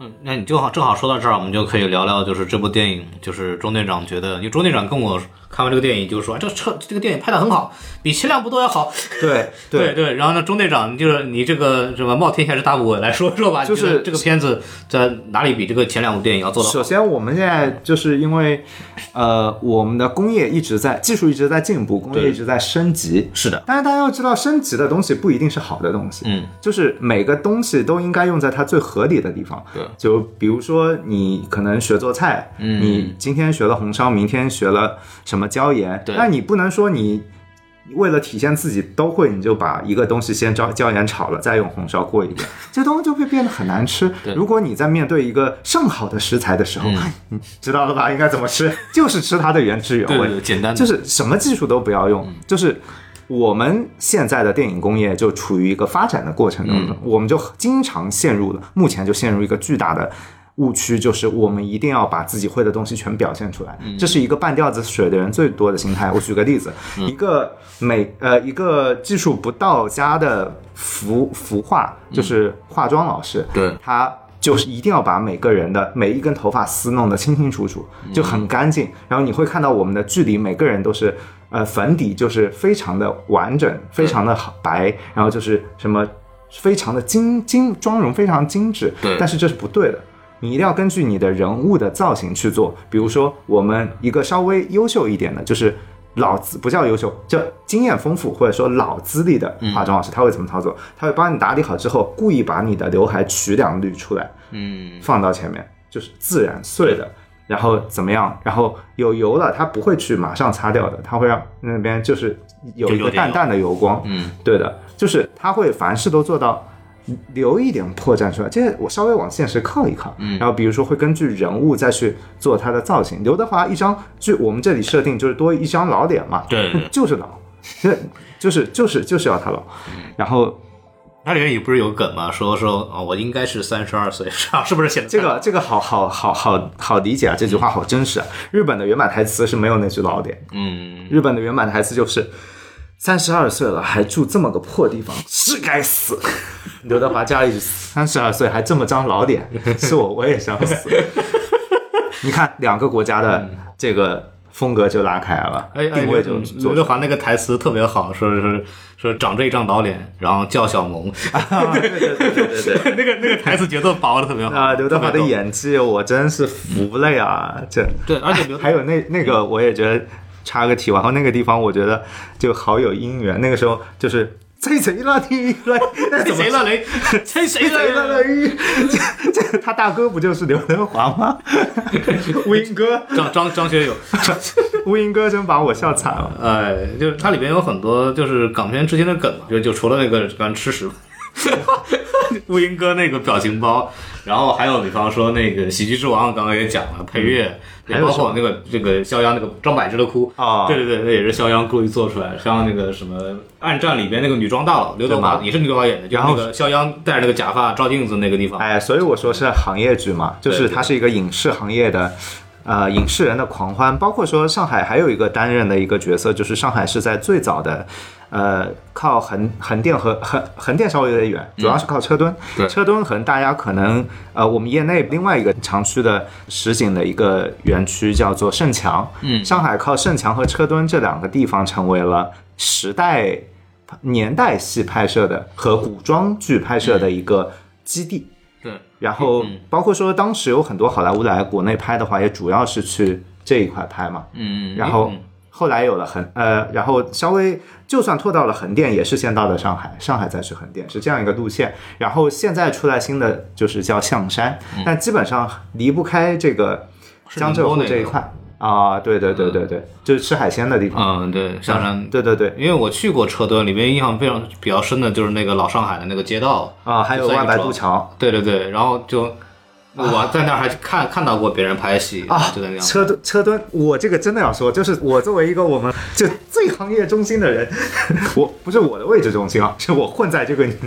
D: 嗯，那你就好，正好说到这儿，我们就可以聊聊，就是这部电影，就是钟队长觉得，因为钟队长跟我看完这个电影就说，啊这车这个电影拍的很好，比前两部都要好。
C: 对
D: 对对，然后呢，钟队长就是你这个什么冒天下之大不韪来说说吧，
C: 就
D: 你觉得
C: 是
D: 这个片子在哪里比这个前两部电影要做
C: 首
D: 的
C: 先，我们现在就是因为，呃，我们的工业一直在技术一直在进步，工业
D: 对
C: 一直在升级。
D: 是的，
C: 但是大家要知道，升级的东西不一定是好的东西。
D: 嗯，
C: 就是每个东西都应该用在它最合理的地方。
D: 对
C: 就比如说你可能学做菜，
D: 嗯
C: 你今天学了红烧，明天学了什么椒盐，
D: 对
C: 那你不能说你。为了体现自己都会，你就把一个东西先椒椒盐炒了，再用红烧过一
D: (laughs)
C: 遍，这东西就会变得很难吃
D: 对。嗯
C: 如果你在面对一个上好的食材的时候， (laughs) 你知道了吧？应该怎么吃，就是吃它的原汁原
D: 对
C: 味。
D: 对对，简单的嗯
C: 就是什么技术都不要用，就是我们现在的电影工业就处于一个发展的过程
D: 嗯
C: 当中，我们就经常陷入了，目前就陷入一个巨大的。误区就是我们一定要把自己会的东西全表现出来，
D: 嗯
C: 这是一个半吊子水的人最多的心态。我举个例子，
D: 嗯
C: 一个美呃一个技术不到家的服服化，就是化妆老师，
D: 对
C: 他就是一定要把每个人的每一根头发丝弄得清清楚楚，就很干净。然后你会看到我们的剧里每个人都是，呃，粉底就是非常的完整，非常的好白，然后就是什么非常的精精妆容非常精致，
D: 对
C: 但是这是不对的。你一定要根据你的人物的造型去做，比如说我们一个稍微优秀一点的，就是老资不叫优秀，叫经验丰富或者说老资历的化妆老师，他会怎么操作？他会帮你打理好之后，故意把你的刘海取两缕出来，
D: 嗯
C: 放到前面，就是自然碎的，然后怎么样？然后有油了，它不会去马上擦掉的，它会让那边就是有
D: 就
C: 一
D: 有
C: 个
D: 点
C: 淡
D: 油
C: 淡的油光。
D: 嗯，
C: 对的，就是它会凡事都做到。留一点破绽出来，这我稍微往现实靠一靠，嗯然后比如说会根据人物再去做它的造型。刘德华一张，据我们这里设定就是多一张老脸嘛，
D: 对对对
C: 就是老， (laughs) 这就是就是就是要他老，
D: 嗯
C: 然后
D: 那里面也不是有梗吗？说说啊、我应该是三十二岁，是吧？是不是显得
C: 这个这个好好好好好理解啊，这句话好真实啊。日本的原版台词是没有那句老点，
D: 嗯，
C: 日本的原版台词就是三十二岁了还住这么个破地方，是该死。 (laughs) 刘德华加了一句三十二岁还这么张老脸，是我我也想死。 (laughs) 你看两个国家的这个风格就拉开了，
D: 嗯哎，哎
C: 定位就
D: 刘
C: 做出
D: 刘
C: 来
D: 德华那个台词特别好，说是说长这一张老脸，然后叫小萌，
C: 啊 (laughs) 对对对对对对。
D: (laughs) 那个那个台词节奏把握的特别好
C: 啊，刘德华的
D: 特别逗
C: 演技我真是服了呀！这
D: 对，而且刘
C: 还有那那个，我也觉得插个题，然后那个地方我觉得就好有姻缘。那个时候就是贼贼拉提来，那 (laughs) 怎么
D: 谁了雷， (laughs) 谁谁
C: 贼拉
D: 了雷，
C: 提？这这他大哥不就是刘德华吗？乌蝇哥，
D: 张张张学友，
C: 乌蝇哥真把我笑惨了。
D: 哎，就是它里边有很多就是港片之间的梗嘛，就就除了那个刚吃屎， (laughs) 录音哥那个表情包，然后还有比方说那个《喜剧之王》，刚刚也讲了配乐，
C: 嗯
D: 也
C: 还有
D: 包
C: 什么
D: 括那个这个肖央那个张柏芝的哭
C: 哦
D: 对对对，那也是肖央故意做出来的。肖央那个什么《暗战》里边那个女装大佬刘德
C: 对
D: 华
C: 吗
D: 也是刘德华演的，就是
C: 然后
D: 那个肖央戴着那个假发照镜子那个地方，
C: 哎，所以我说是行业剧嘛，就
D: 对
C: 是
D: 对
C: 它是一个影视行业的，呃，影视人的狂欢。包括说上海还有一个担任的一个角色，就是上海是在最早的，呃，靠横横店和横横店稍微有点远，主要是靠车墩。
D: 嗯对
C: 车墩横大家可能呃，我们业内另外一个常去的实景的一个园区叫做盛强。
D: 嗯
C: 上海靠盛强和车墩这两个地方成为了时代。年代戏拍摄的和古装剧拍摄
D: 嗯
C: 的一个基地，
D: 对，
C: 然后
D: 嗯
C: 包括说当时有很多好莱坞来国内拍的话，也主要是去这一块拍嘛。
D: 嗯，
C: 然后后来有了横呃，然后稍微就算拖到了横店，也是先到了上海，上海再去横店，是这样一个路线。然后现在出来新的就是叫象山，但基本上离不开这个江浙
D: 嗯宁波
C: 沪
D: 那
C: 这一
D: 个
C: 块啊、对对对对对，就是吃海鲜的地方。
D: 嗯，对，象山，
C: 对对对，
D: 因为我去过车墩，里面印象非常比较深的就是那个老上海的那个街道
C: 啊、还有万白渡，桥
D: 对对对，然后就我在那儿还看看到过别人拍戏
C: 啊
D: 就在那，样。
C: 车墩车墩，我这个真的要说，就是我作为一个我们就最行业中心的人， (laughs) 我不是我的位置中心啊，是我混在这个 (laughs)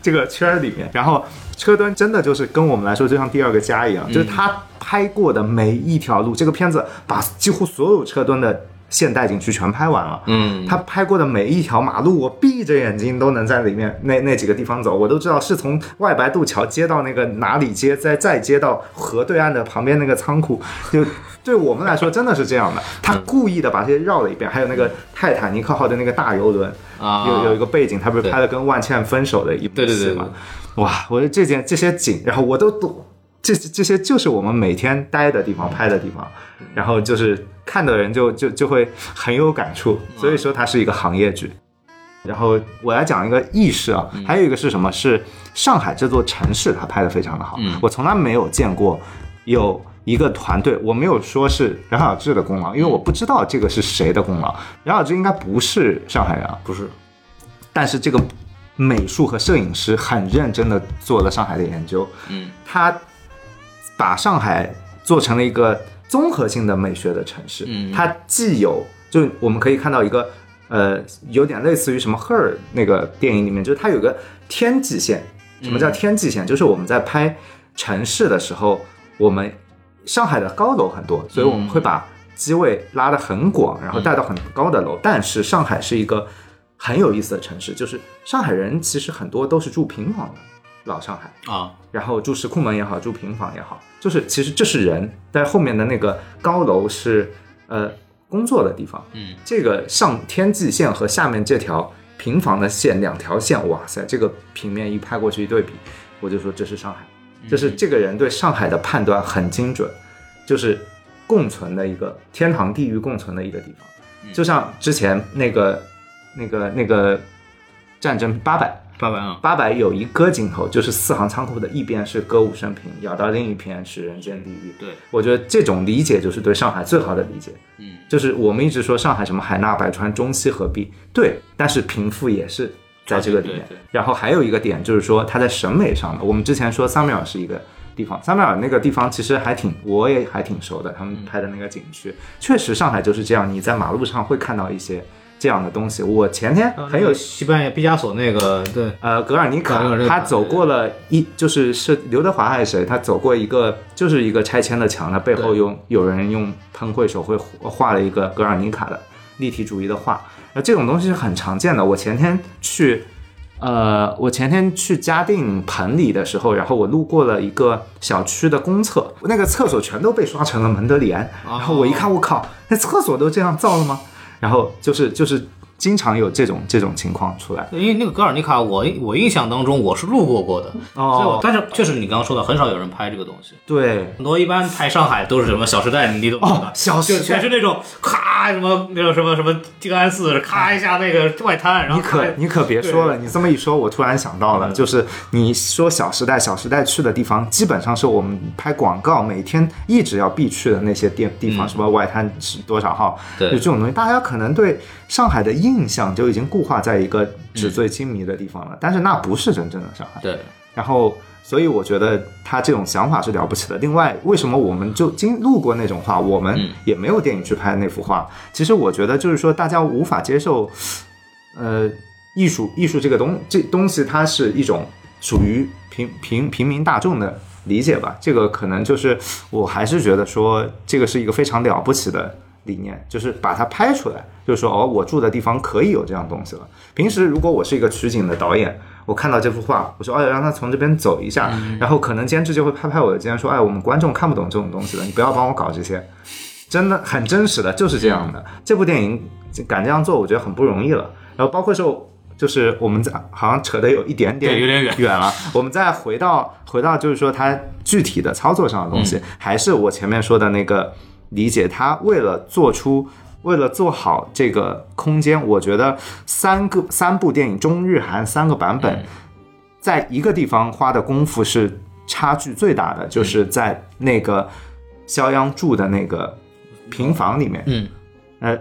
C: 这个圈儿里面，然后。车墩真的就是跟我们来说就像第二个家一样，就是他拍过的每一条路，这个片子把几乎所有车墩的现代景区全拍完了。
D: 嗯，
C: 他拍过的每一条马路，我闭着眼睛都能在里面那那几个地方走，我都知道是从外白渡桥接到那个哪里街，再再接到河对岸的旁边那个仓库，就 (laughs) 对我们来说真的是这样的。他故意的把这些绕了一遍，还有那个泰坦尼克号的那个大游轮，
D: 啊
C: 有有一个背景，他不是拍了跟万茜分手的一部
D: 对对对
C: 戏嘛？哇，我说这件这些景，然后我都都。这这些就是我们每天待的地方，拍的地方，然后就是看的人就就就会很有感触，
D: 嗯
C: 所以说它是一个行业剧。然后我来讲一个意识啊，
D: 嗯
C: 还有一个是什么？是上海这座城市，它拍的非常的好。
D: 嗯
C: 我从来没有见过有一个团队，我没有说是冉小志的功劳，因为我不知道这个是谁的功劳。冉小志应该不是上海人啊，
D: 不是，
C: 但是这个美术和摄影师很认真的做了上海的研究，
D: 嗯，
C: 他把上海做成了一个综合性的美学的城市，
D: 嗯
C: 它既有就是我们可以看到一个呃，有点类似于什么《赫尔》那个电影里面，就是它有一个天际线。什么叫
D: 嗯
C: 天际线？就是我们在拍城市的时候，我们上海的高楼很多，所以我们会把机位拉得很广，然后带到很高的楼。但是上海是一个很有意思的城市，就是上海人其实很多都是住平房的，老上海。
D: 啊，
C: 然后住石库门也好，住平房也好，就是其实这是人，但后面的那个高楼是呃工作的地方。
D: 嗯，
C: 这个上天际线和下面这条平房的线两条线，哇塞，这个平面一拍过去一对比，我就说这是上海，这是这个人对上海的判断很精准，就是共存的一个天堂地狱共存的一个地方。就像之前那个那个那个战争八百，
D: 八百啊，
C: 八百有一个镜头，就是四行仓库的一边是歌舞升平，咬到另一边是人间地狱。
D: 对，
C: 我觉得这种理解就是对上海最好的理解。
D: 嗯，
C: 就是我们一直说上海什么海纳百川、中西合璧，对，但是贫富也是在这个里面。
D: 对对
C: 然后还有一个点就是说它在审美上的，我们之前说萨米尔是一个地方，萨米尔那个地方其实还挺，我也还挺熟的，他
D: 嗯
C: 们拍的那个景区，确实上海就是这样，你在马路上会看到一些这样的东西。我前
D: 哦
C: 天很有
D: 西班牙毕加索那个，对，
C: 呃，格尔尼
D: 格
C: 卡
D: 尔尼，卡
C: 他走过了一，就是是刘德华还是谁，他走过一个，就是一个拆迁的墙，他背后
D: 对
C: 用有人用喷绘手绘画了一个格尔尼卡的立体主义的画，那这种东西是很常见的。我前天去，呃，我前天去嘉定盆里的时候，然后我路过了一个小区的公厕，那个厕所全都被刷成了蒙德里安，然
D: 啊
C: 后我一看，我靠，那厕所都这样造了吗？然后就是就是经常有这种这种情况出来。
D: 因为那个格尔尼卡，我我印象当中我是路过过的，
C: 哦
D: 所以我但是确实你刚刚说的，很少有人拍这个东西。
C: 对，
D: 很多一般拍上海都是什么《小时代》，你懂
C: 哦
D: 吗？
C: 小时
D: 就
C: 代
D: 全是那种咔什么那种什么什么静安寺，咔一下那个外滩，然后
C: 你可
D: 咔
C: 你可别说了，你这么一说，我突然想到了，就是你说《小时代》，《小时代》去的地方，基本上是我们拍广告每天一直要必去的那些地地方，什么外滩是多少号，
D: 对
C: 就这种东西，大家可能对上海的印象就已经固化在一个纸醉金迷的地方了，但是那不是真正的上海。
D: 对，
C: 然后，所以我觉得他这种想法是了不起的。另外，为什么我们就经路过那种画，我们
D: 嗯
C: 也没有电影去拍那幅画？其实我觉得就是说，大家无法接受，呃，艺术艺术这个东这东西，它是一种属于平平平民大众的理解吧。这个可能就是我还是觉得说，这个是一个非常了不起的理念，就是把它拍出来，就是说哦，我住的地方可以有这样东西了。平时如果我是一个取景的导演，我看到这幅画，我说哎，让他从这边走一下，然后可能监制就会拍拍我的肩说，哎，我们观众看不懂这种东西的，你不要帮我搞这些。真的很真实的，就是这样
D: 嗯
C: 的。这部电影敢这样做，我觉得很不容易了。然后包括说，就是我们在好像扯得有一点点
D: 对有点远
C: 远了。我们再回到回到就是说它具体的操作上的东
D: 嗯
C: 西，还是我前面说的那个理解，它为了做出。为了做好这个空间，我觉得三个三部电影中日韩三个版
D: 嗯
C: 本，在一个地方花的功夫是差距最大的，就是在那个肖央住的那个平房里面，
D: 嗯，
C: 呃，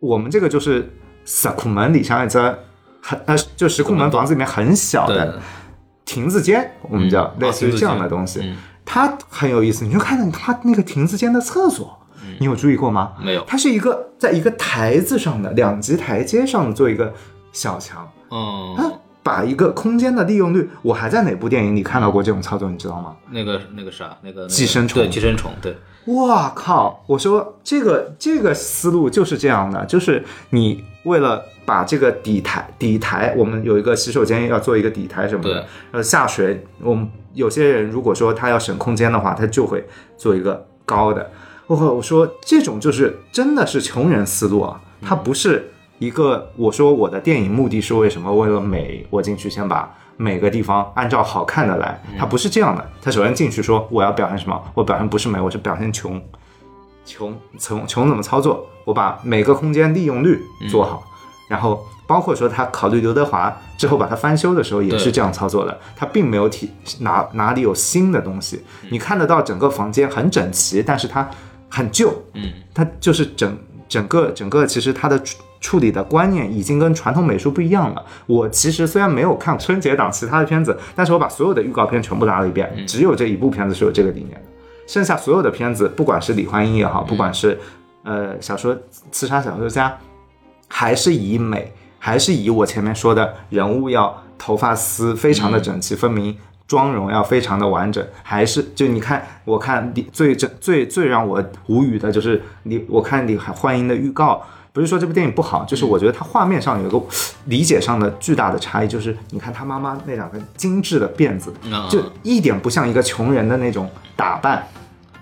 C: 我们这个就是石库门里上一则很呃，就石库门房子里面很小
D: 对，
C: 的亭子间，我们叫
D: 嗯
C: 类似于
D: 啊
C: 这样的
D: 亭子间
C: 东西，
D: 嗯
C: 它很有意思。你就看到它那个亭子间的厕所，
D: 嗯
C: 你有注意过吗？
D: 没有，
C: 它是一个在一个台子上的两级台阶上做一个小墙，它
D: 嗯，
C: 啊把一个空间的利用率，我还在哪部电影里看到过这种操作，你知道吗？
D: 那个那个啥，那个那个
C: 寄生虫
D: 对寄生虫，对，
C: 哇靠！我说这个这个思路就是这样的，就是你为了把这个底台底台，我们有一个洗手间要做一个底台什么的
D: 对，
C: 呃，下水，我们有些人如果说他要省空间的话，他就会做一个高的。我靠！我说这种就是真的是穷人思路啊，他不是一个我说我的电影目的是为什么？为了美，我进去先把每个地方按照好看的来，他不是这样的。他首先进去说我要表现什么？我表现不是美，我是表现穷，穷穷穷怎么操作？我把每个空间利用率做好，然后包括说他考虑刘德华之后把他翻修的时候也
D: 对
C: 是这样操作的，他并没有体哪哪里有新的东西，
D: 嗯
C: 你看得到整个房间很整齐，但是它很旧，
D: 嗯，
C: 它就是整整个整个其实它的处处理的观念已经跟传统美术不一样了。我其实虽然没有看春节档其他的片子，但是我把所有的预告片全部拿了一遍，
D: 嗯
C: 只有这一部片子是有这个理念的，剩下所有的片子，不管是李焕英也好，
D: 嗯
C: 不管是呃小说刺杀小说家，还是以美，还是以我前面说的人物要头发丝非常的整齐分明，妆容要非常的完整，还是就你看，我看李最最最最让我无语的就是李，我看李焕英的预告。不是说这部电影不好，就是我觉得它画面上有一个理解上的巨大的差异，就是你看她妈妈那两个精致的辫子，
D: 啊
C: 就一点不像一个穷人的那种打扮，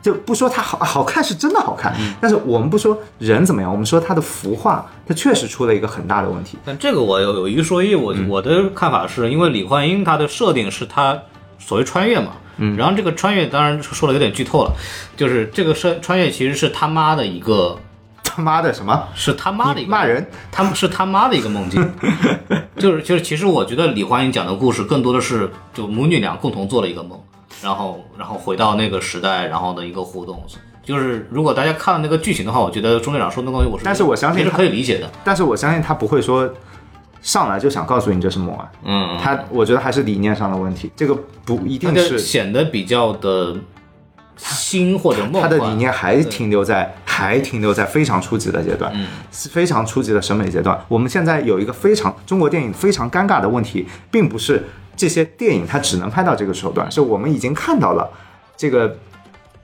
C: 就不说它好好看是真的好看，但是我们不说人怎么样，我们说它的服化，它确实出了一个很大的问题。 (laughs)
D: 但这个我有有一说一，
C: 嗯
D: 我、我的看法是因为李焕英她的设定是她所谓穿越嘛，嗯，然后这个穿越当然说了有点剧透了，就是这个穿穿越其实是他妈的一个
C: 他妈的什么？
D: 是他妈的
C: 你
D: 一个
C: 骂人，
D: 他们是他妈的一个
C: (laughs)
D: 梦境，就是就是其实我觉得李焕英讲的故事更多的是就母女俩共同做了一个梦，然后然后回到那个时代，然后的一个互动。就是如果大家看了那个剧情的话，我觉得钟队长说那个东西我是，
C: 但是我相信
D: 也是
C: 他
D: 可以理解的，
C: 但是我相信他不会说上来就想告诉你这是魔啊，
D: 嗯，
C: 他我觉得还是理念上的问题，这个不一
D: 它
C: 定
D: 就是显得比较的新或者梦
C: 他
D: 幻。
C: 的理念还停留在还停留在非常初级的阶段，
D: 嗯
C: 是非常初级的审美阶段。我们现在有一个非常中国电影非常尴尬的问题，并不是这些电影它只能拍到这个手段，是我们已经看到了这个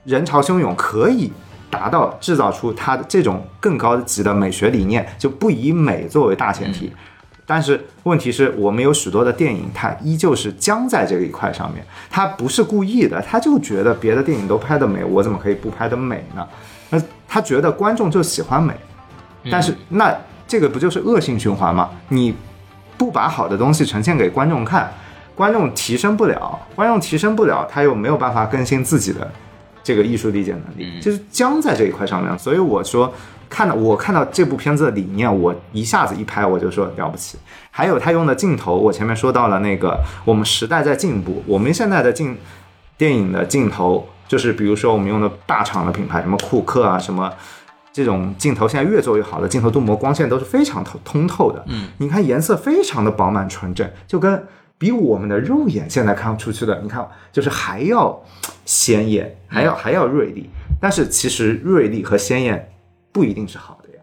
C: 人潮汹涌可以。达到制造出它的这种更高级的美学理念，就不以美作为大前提，
D: 嗯
C: 但是问题是我们有许多的电影，它依旧是僵在这个一块上面，它不是故意的，他就觉得别的电影都拍的美，我怎么可以不拍的美呢？那他觉得观众就喜欢美，但是那这个不就是恶性循环吗？你不把好的东西呈现给观众看，观众提升不了，观众提升不了，他又没有办法更新自己的这个艺术理解能力，就是僵在这一块上面。所以我说，看到我看到这部片子的理念，我一下子一拍我就说了不起。还有他用的镜头，我前面说到了那个，我们时代在进步，我们现在的镜电影的镜头，就是比如说我们用的大厂的品牌，什么库克啊，什么。这种镜头现在越做越好了，镜头镀膜、光线都是非常透通透的。嗯，你看颜色非常的饱满纯正，就跟比我们的肉眼现在看出去的，你看就是还要鲜艳，还要还要锐利。但是其实锐利和鲜艳不一定是好的呀。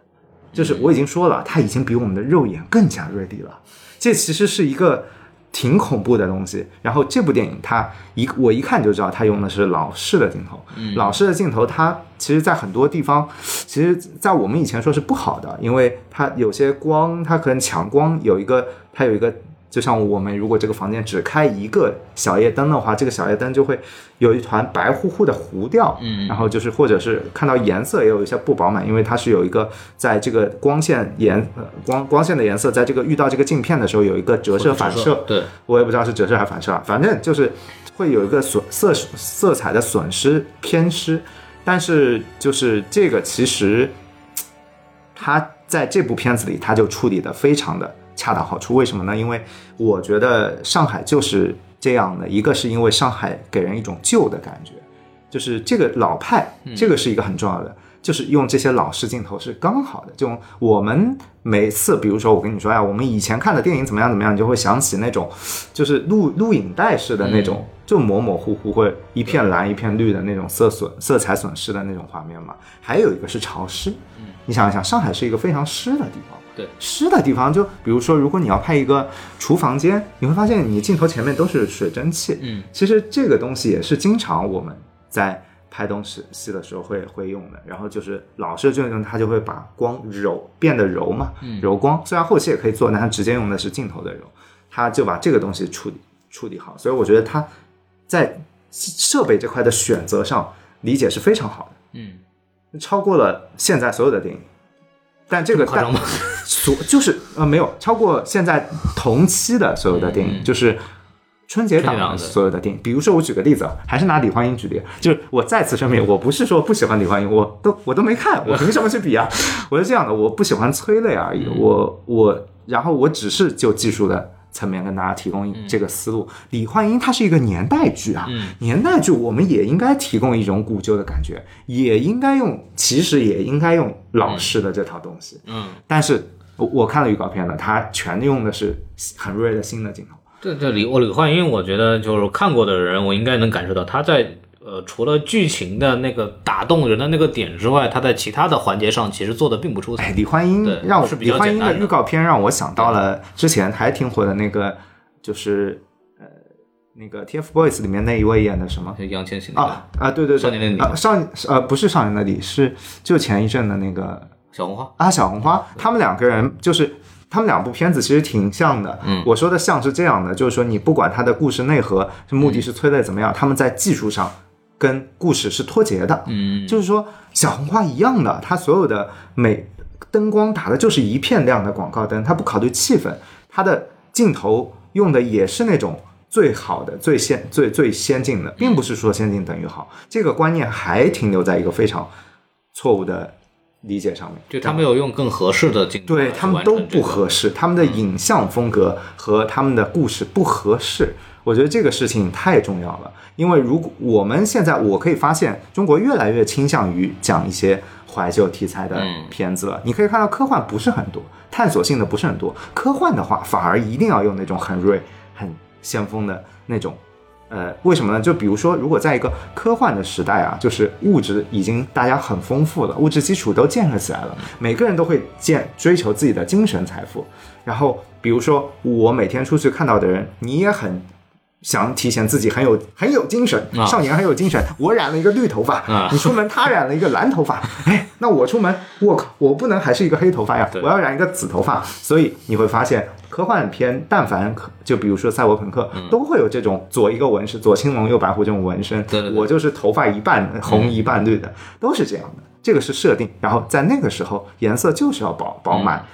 C: 就是我已经说了，它已经比我们的肉眼更加锐利了。这其实是一个挺恐怖的东西。然后这部电影它一我一看就知道，它用的是老式的镜头。老式的镜头，它其实在很多地方，其实在我们以前说是不好的，因为它有些光，它可能强光有一个，它有一个。就像我们如果这个房间只开一个小夜灯的话，这个小夜灯就会有一团白乎乎的糊掉，嗯，然后就是或者是看到颜色也有一些不饱满，因为它是有一个在这个光线颜呃光光线的颜色在这个遇到这个镜片的时候有一个折射反射，
D: 对，
C: 我也不知道是折射还是反射啊，反正就是会有一个损色色彩的损失偏失，但是就是这个其实他在这部片子里他就处理的非常的恰到好处，为什么呢？因为我觉得上海就是这样的，一个是因为上海给人一种旧的感觉，就是这个老派，这个是一个很重要的，就是用这些老式镜头是刚好的。这种我们每次，比如说我跟你说，哎，我们以前看的电影怎么样怎么样，你就会想起那种就是录录影带式的那种，就模模糊糊会一片蓝一片绿的那种色损色彩损失的那种画面嘛。还有一个是潮湿，你想一想，上海是一个非常湿的地方。
D: 对
C: 湿的地方，就比如说，如果你要拍一个厨房间，你会发现你镜头前面都是水蒸气。
D: 嗯，
C: 其实这个东西也是经常我们在拍东西戏的时候会会用的。然后就是老式这种，它就会把光柔变得柔嘛，
D: 嗯
C: 柔光。虽然后期也可以做，但它直接用的是镜头的柔，它就把这个东西处理处理好。所以我觉得它在设备这块的选择上理解是非常好
D: 嗯，
C: 的，超过了现在所有的电影。但这个
D: 夸张吗？
C: 所就是呃没有超过现在同期的所有的电影，就是嗯春节档
D: 春节
C: 的
D: 档的
C: 所有的电影。比如说我举个例子，啊，还是拿李焕英举例，就是我再次声明，我不是说不喜欢李焕英，我都我都没看，我凭什么去比啊？ (laughs) 我是这样的，我不喜欢催泪而已，我我然后我只是就技术的。层面跟大家提供这个思路，李焕英它是一个年代剧啊，年代剧我们也应该提供一种古旧的感觉，也应该用，其实也应该用老式的这套东西，
D: 嗯，
C: 但是我我看了预告片了，它全用的是很锐的新的镜头。
D: 对对，李我李焕英，我觉得就是看过的人，我应该能感受到他在呃，除了剧情的那个打动人的那个点之外，他在其他的环节上其实做的并不出
C: 哎
D: 彩，。
C: 李焕英
D: 对
C: 让我
D: 是比
C: 李
D: 较
C: 焕英
D: 简单
C: 的
D: 的
C: 预告片让我想到了之前还挺火的那个，就是呃那个 TFBOYS 里面那一位演的什么
D: 就哎杨千玺那个
C: 啊啊对对对，
D: 少年的你
C: 啊少呃不是少年的你，是就前一阵的那个
D: 小红花，
C: 啊，小红花，他们两个人就是他们两部片子其实挺像的。
D: 嗯
C: 我说的像是这样的，就是说你不管它的故事内核是目的是催泪怎
D: 嗯
C: 么样，他们在技术上跟故事是脱节的。
D: 嗯，
C: 就是说小红花一样的，它所有的美灯光打的就是一片亮的广告灯，它不考虑气氛，它的镜头用的也是那种。最好的、最先、最最先进
D: 嗯
C: 的，并不是说先进等于好，这个观念还停留在一个非常错误的理解上面。
D: 就他没有用更合适的镜头来
C: 对
D: 啊完成这个，嗯
C: 他们都不合适，他们的影像风格和他们的故事不合适。我觉得这个事情太重要了，因为如果我们现在我可以发现，中国越来越倾向于讲一些怀旧题材的
D: 嗯
C: 片子了。你可以看到科幻不是很多，探索性的不是很多。科幻的话，反而一定要用那种很锐、很先锋的那种呃，为什么呢？就比如说，如果在一个科幻的时代啊，就是物质已经大家很丰富了，物质基础都建设起来了，每个人都会建追求自己的精神财富。然后，比如说我每天出去看到的人，你也很想体现自己很有很有精神，
D: 啊
C: 少年很有精神。 (laughs) 我染了一个绿头发，
D: 啊 (laughs)
C: 你出门他染了一个蓝头发，哎，那我出门，我靠，我不能还是一个黑头发呀，
D: 对
C: 我要染一个紫头发。所以你会发现，科幻片但凡可就比如说赛博朋克，
D: 嗯
C: 都会有这种左一个纹饰，左青龙右白虎这种纹身。
D: 对对嗯对
C: 我就是头发一半红一半绿的，都是这样的。这个是设定，然后在那个时候，颜色就是要饱饱满。
D: 嗯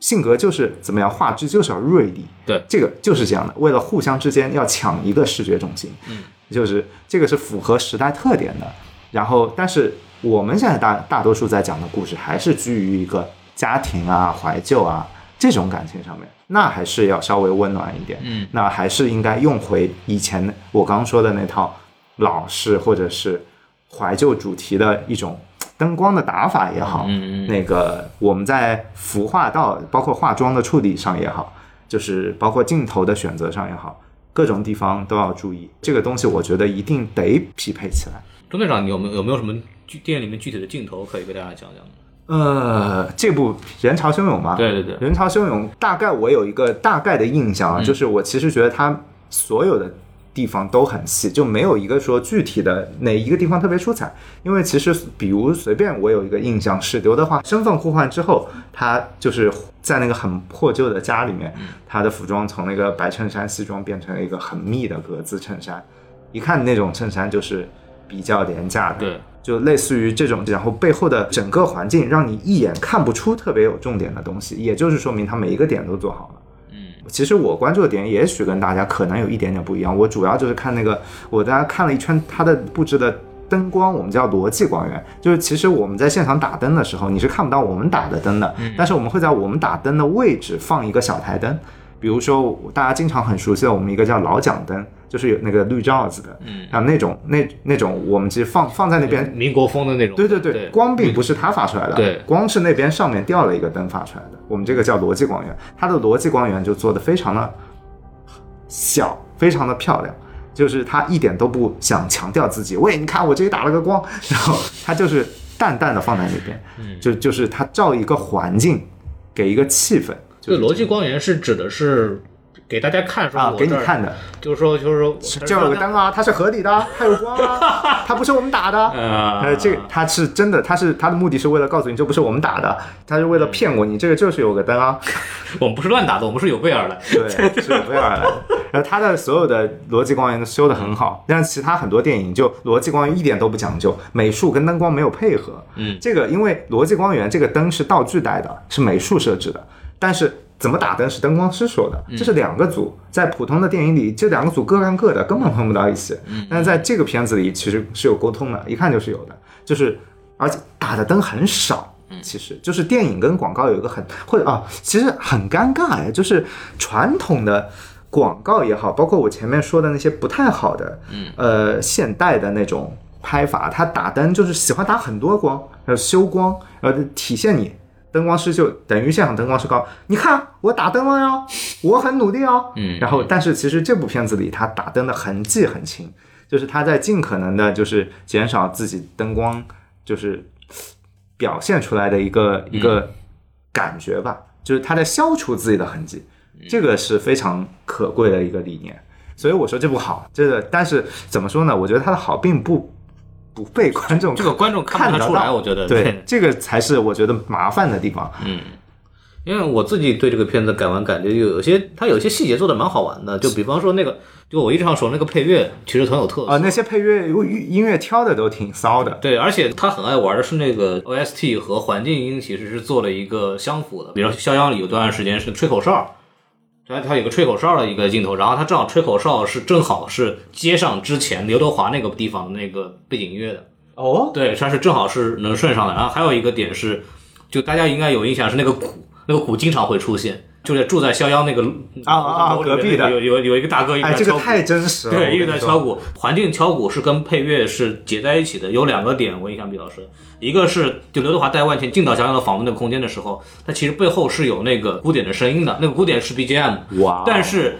C: 性格就是怎么样，画质就是要锐利，
D: 对
C: 这个就是这样的。为了互相之间要抢一个视觉中心，嗯，就是这个是符合时代特点的。然后，但是我们现在大大多数在讲的故事，还是居于一个家庭啊、怀旧啊这种感情上面，那还是要稍微温暖一点，
D: 嗯，
C: 那还是应该用回以前的我刚刚说的那套老式或者是怀旧主题的一种灯光的打法也好，
D: 嗯嗯嗯
C: 那个我们在服化道，包括化妆的处理上也好，就是包括镜头的选择上也好，各种地方都要注意。这个东西我觉得一定得匹配起来。
D: 钟队长，你有没有有没有什么剧电影里面具体的镜头可以给大家讲讲呢？
C: 呃，这部《人潮汹涌》吗？
D: 对对对嗯
C: 人潮汹涌》大概我有一个大概的印象啊，就是我其实觉得它所有的地方都很细，就没有一个说具体的哪一个地方特别出彩。因为其实比如随便我有一个印象是刘德华身份互换之后，他就是在那个很破旧的家里
D: 嗯
C: 面，他的服装从那个白衬衫西装变成了一个很密的格子衬衫，一看那种衬衫就是比较廉价的。
D: 对，
C: 就类似于这种，然后背后的整个环境让你一眼看不出特别有重点的东西，也就是说明它每一个点都做好了。
D: 嗯，
C: 其实我关注的点也许跟大家可能有一点点不一样，我主要就是看那个，我大家看了一圈它的布置的灯光，我们叫逻辑光源，就是其实我们在现场打灯的时候，你是看不到我们打的灯的，但是我们会在我们打灯的位置放一个小台灯。比如说大家经常很熟悉的我们一个叫老蒋灯，就是有那个绿罩子的，嗯，啊那种那那种我们其实放放在那边
D: 民国风的那种。
C: 对对
D: 对
C: 对，光并不是它发出来的，
D: 对
C: 光是那边上面掉了一个灯发出来的。我们这个叫逻辑光源，它的逻辑光源就做的非常的小，非常的漂亮，就是它一点都不想强调自己。喂，你看我这里打了个光， (laughs) 然后它就是淡淡的放在那边，
D: 嗯
C: 就就是它照一个环境，给一个气氛，就
D: 这
C: 是
D: 个逻辑光源是指的是给大家看，说
C: 啊
D: 我
C: 给你
D: 这儿
C: 看的，
D: 就是说就是说
C: 这儿有个灯啊，它是合理的啊，它有光啊，它不是我们打
D: (laughs)
C: 的啊。
D: 啊，
C: 呃，这个他是真的，他是他的目的是为了告诉你这不是我们打的，他是为了骗我，你这个就是有个灯啊，
D: 呃我们不是乱打的，我们是有备而来。
C: 对，是有备而来的。然后他的所有的逻辑光源都修得很好，但是其他很多电影就逻辑光源一点都不讲究，美术跟灯光没有配合。
D: 嗯
C: 这个因为逻辑光源这个灯是道具带的，是美术设置的，但是。怎么打灯是灯光师说的，这是两个组，在普通的电影里，这两个组各干各的，根本碰不到一起。但是在这个片子里，其实是有沟通的，一看就是有的，就是而且打的灯很少。其实就是电影跟广告有一个很或者啊，其实很尴尬哎，就是传统的广告也好，包括我前面说的那些不太好的，嗯，呃，现代的那种拍法，它打灯就是喜欢打很多光，然后修光，然后体现你灯光师就等于现场灯光师告，你看啊我打灯了哟，我很努力哦。
D: 嗯
C: 然后但是其实这部片子里他打灯的痕迹很轻，就是他在尽可能的就是减少自己灯光就是表现出来的一
D: 嗯
C: 个一个感觉吧，就是他在消除自己的痕迹，
D: 嗯
C: 这个是非常可贵的一个理念。所以我说这部好，这个但是怎么说呢？我觉得它的好并不不被观众
D: 这个观众看
C: 看
D: 不
C: 得
D: 出来，
C: 到
D: 我觉得
C: 对，这个才是我觉得麻烦的地方。
D: 嗯因为我自己对这个片子改完感觉有有些，它有些细节做的蛮好玩的，就比方说那个，就我一直想说那个配乐其实很有特色
C: 啊、那些配乐音乐挑的都挺骚的。
D: 对，而且他很爱玩的是那个 OST 和环境音，其实是做了一个相符的。比如《肖央》里有段时间是吹口哨，他他有个吹口哨的一个镜头，然后他正好吹口哨是正好是接上之前刘德华那个地方的那个背景音乐的，
C: 哦，
D: 对，它是正好是能顺上的。啊然后还有一个点是，就大家应该有印象是那个鼓，那个鼓经常会出现，就是住在肖央那个
C: 啊啊啊
D: 楼里面
C: 隔壁的
D: 有有有一个大哥一直
C: 哎，
D: 在
C: 这
D: 敲
C: 个
D: 鼓。
C: 太真实了。
D: 对，一直在敲
C: 鼓。
D: 鼓，环境敲鼓是跟配乐是结在一起的。有两个点我印象比较深，一个是就刘德华带万茜进到小小的房子那个空间的时候，它其实背后是有那个鼓点的声音的，那个鼓点是 BGM。
C: 哇哦
D: 但是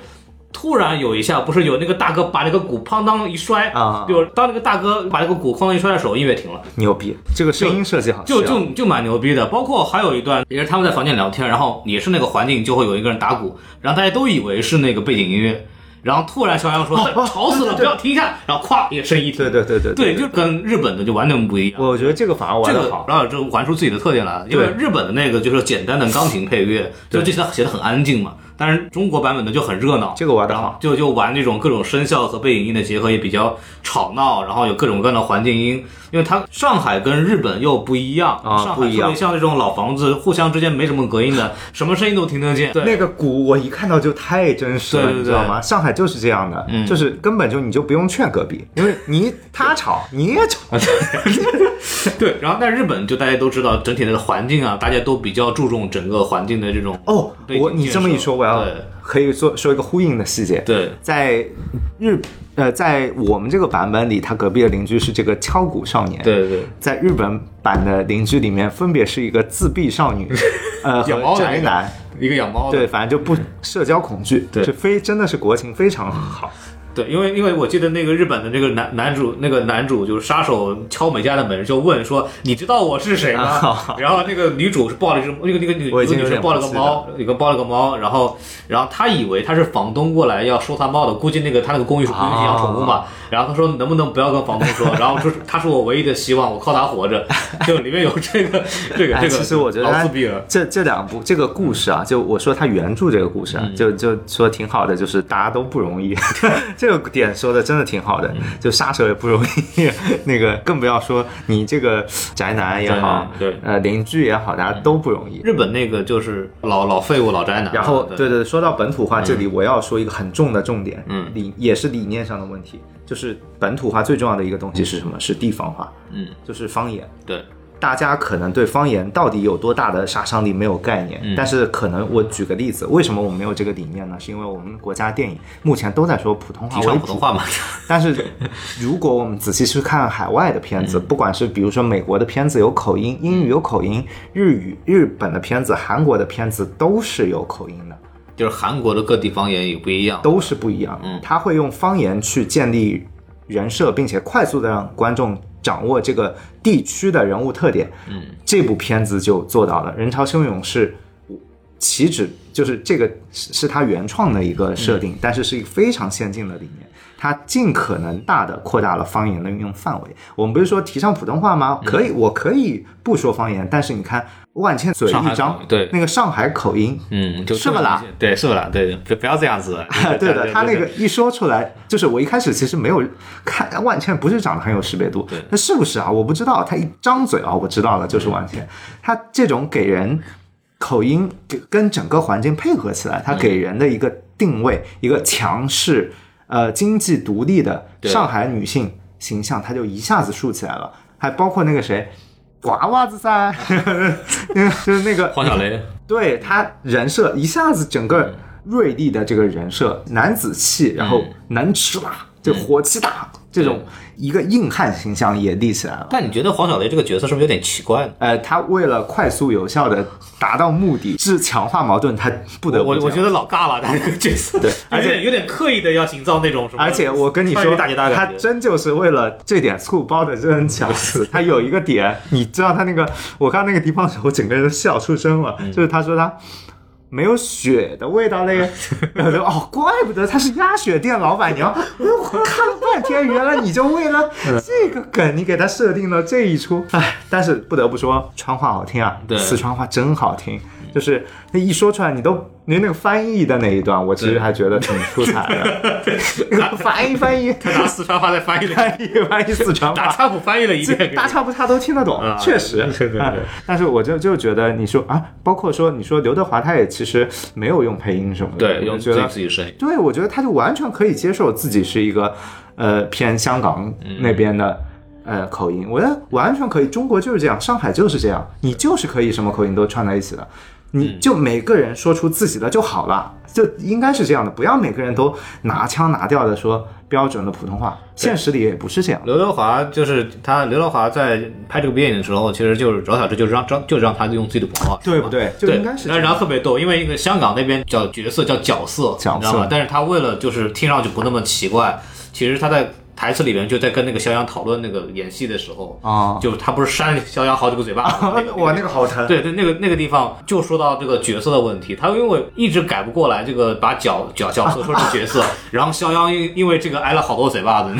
D: 突然有一下，不是有那个大哥把那个鼓哐当一摔
C: 啊
D: 就当那个大哥把那个鼓哐当一摔的时候，音乐停了。
C: 牛逼，这个声音设计好
D: 就
C: 需要
D: 就就蛮牛逼的。包括还有一段也是他们在房间聊天，然后也是那个环境就会有一个人打鼓，然后大家都以为是那个背景音乐，然后突然肖央说、
C: 哦
D: 吵死了，不要停一下，然后咵一个声音一停，
C: 啊对对对对
D: 对，就跟日本的就完全不一样。
C: 我觉得这个反而
D: 这
C: 玩
D: 个
C: 的好。
D: 然后就玩出自己的特点来了，因为
C: 对
D: 日本的那个就是简单的钢琴配乐，就这些写的很安静嘛，但是中国版本的就很热闹，
C: 这个玩得
D: 然后
C: 好
D: 就就玩那种各种声效和背景音的结合，也比较吵闹，然后有各种各样的环境音，因为它上海跟日本又不一样，
C: 啊
D: 上海
C: 不一样
D: 特别像那种老房子，互相之间没什么隔音的，什么声音都听得见，对，
C: 那个鼓我一看到就太真实了，
D: 对对
C: 你知道吗？上海就是这样的，就是根本就你就不用劝隔壁，因为你他吵你也
D: (laughs)
C: 吵，
D: 对，然后在日本就大家都知道整体的环境啊，大家都比较注重整个环境的这种
C: 哦，
D: 背景
C: 我你
D: 建
C: 这么一
D: 设
C: 说，我要
D: 对
C: 可以做说一个呼应的细节。
D: 对
C: 在日呃，在我们这个版本里，他隔壁的邻居是这个敲鼓少年。
D: 对对，
C: 在日本版的邻居里面，分别是一个自闭少
D: (laughs)
C: 女，呃
D: 养猫
C: 和
D: 的那
C: 宅
D: 个
C: 男。
D: 一个养猫的
C: 对，反正就不社交恐惧，
D: 对
C: 这非真的是国情非常好。
D: 对，因为因为我记得那个日本的那个男男主，那个男主就是杀手敲美嘉的门，就问说：“你知道我是谁吗？”
C: 啊
D: 然后那个女主是抱了一只，那个那个女
C: 我已经
D: 那
C: 有
D: 个女
C: 点
D: 生抱了个
C: 不记得
D: 猫，一个抱了个猫，然后然后他以为他是房东过来要收他猫的，估计那个他那个公寓是公寓是养宠物嘛，
C: 啊
D: 然后他说能不能不要跟房东说，然后说他是我唯一的希望，我靠他活着， (laughs) 就里面有这个这个
C: 哎
D: 这个，
C: 其实我觉得
D: 老
C: 他
D: 自闭了，
C: 这这两部这个故事啊，就我说他原著这个故事
D: 嗯
C: 啊，就就说挺好的，就是大家都不容
D: (laughs)
C: 易，这个点说的真的挺好
D: 嗯
C: 的，就杀手也不容易， (laughs) 那个更不要说你这个宅男也好，
D: 宅男对嗯
C: 呃邻居也好，大家都不容易。
D: 日本那个就是老老废物老宅男，啊
C: 然后，
D: 对
C: 对对，说到本土化，这里我要说一个很重的重点，
D: 嗯
C: 理也是理念上的问题，就是本土化最重要的一个东西是什么？是地方化，
D: 嗯，
C: 就是方言。
D: 对
C: 大家可能对方言到底有多大的杀伤力没有概念，
D: 嗯
C: 但是可能我举个例子，为什么我们没有这个理念呢？是因为我们国家电影目前都在说普通话
D: 提
C: 为主
D: 倡普通话嘛，
C: (laughs) 但是如果我们仔细去看海外的片
D: 嗯
C: 子，不管是比如说美国的片子有口音，英语有口音，日语、日本的片子、韩国的片子都是有口音的，
D: 就是韩国的各地方言也不一样，
C: 都是不一样。嗯，他会用方言去建立人设，并且快速的让观众掌握这个地区的人物特点。嗯，这部片子就做到了。人潮汹涌是岂止就是这个是是他原创的一个设
D: 嗯
C: 定，但是是一个非常先进的理念。它尽可能大的扩大了方言的运用范围。我们不是说提倡普通话吗？可以，
D: 嗯
C: 我可以不说方言，但是你看万千嘴
D: 上海
C: 一张
D: 口，对
C: 那个上海口音，
D: 嗯，就是
C: 不啦？。
D: 对，是不啦？对，不不要这样子
C: 对的，他那个一说出来，就是我一开始其实没有看万茜不是长得很有识别度，那是不是啊？我不知道，他一张嘴啊，我知道了，就是万茜。他这种给人口音给跟整个环境配合起来，他给人的一个定位，一个强势、呃经济独立的
D: 对
C: 上海女性形象，他就一下子竖起来了。还包括那个谁，娃娃子噻， (laughs) 就是那个
D: (laughs) 黄小雷，
C: 对他人设一下子整
D: 嗯
C: 个锐利的这个人设，男子气，然后能吃辣，
D: 嗯
C: 就火气大，这种一个硬汉形象也立起来了。
D: 但你觉得黄小雷这个角色是不是有点奇怪呢？
C: 呃，他为了快速有效的达到目的，是强化矛盾，他不得不
D: 我
C: 这
D: 我
C: 样
D: 觉得老尬了，他这个角色，对，
C: 而
D: 而
C: 且
D: 且有点刻意的要营造那种什么，
C: 而且我跟你
D: 穿
C: 说，
D: 越大姐大的
C: 他
D: 感觉
C: 真就是为了这点醋包的真巧思。 (laughs) 他有一个点，你知道他那个，我看那个地方的时候，我整个人都笑出声了。
D: 嗯
C: 就是他说他没有血的味道
D: (laughs)
C: 嘞，然后就哦，怪不得他是鸭血店老板娘。我看了半天，原来你就为了
D: 嗯
C: 这个梗，你给他设定了这一出。哎，但是不得不说，川话好听啊，
D: 对嗯
C: 四川话真好听。就是那一说出来，你都你那个翻译的那一段，我其实还觉得挺出彩
D: (laughs)
C: 的。 (laughs) 翻译翻译，
D: 他拿四川话再翻译 (laughs) 了，
C: 翻译翻译四川
D: 拿
C: 话。
D: 川普翻译了一 (laughs)
C: 这
D: 遍，
C: 大差不差都听得懂，
D: 啊
C: 确实。
D: 对对对
C: 啊但是我就就觉得，你说啊，包括说你说刘德华他也其实没有用配音什么的，
D: 对，
C: 我
D: 用
C: 就觉
D: 自己
C: 得
D: 自己声音，
C: 对，我觉得他就完全可以接受自己是一个呃偏香港那边的、呃口音，我觉得完全可以。中国就是这样，上海就是这样，你就是可以什么口音都串在一起的，你就每个人说出自己的就好了，就应该是这样的，不要每个人都拿腔拿调的说标准的普通话，现实里也不是这样的。
D: 刘德华就是他，刘德华在拍这个电影的时候，其实就是饶小志就是让让就是让他用自己的普通话，
C: 对不对？就
D: 对，
C: 应该是这
D: 然后然
C: 样。
D: 后特别逗，因为一个香港那边叫角色叫角色，
C: 角色
D: 你知道吗？但是他为了就是听上去不那么奇怪，其实他在台词里面就在跟那个肖央讨论那个演戏的时候，
C: 啊
D: 就他不是扇肖央好几个嘴巴子 (laughs) 吗，
C: 我那个好 (laughs) 疼。
D: 对对，那个那个地方就说到这个角色的问题，他因为一直改不过来这个把角角角色说成角色，然后肖央因因为这个挨了好多嘴巴子，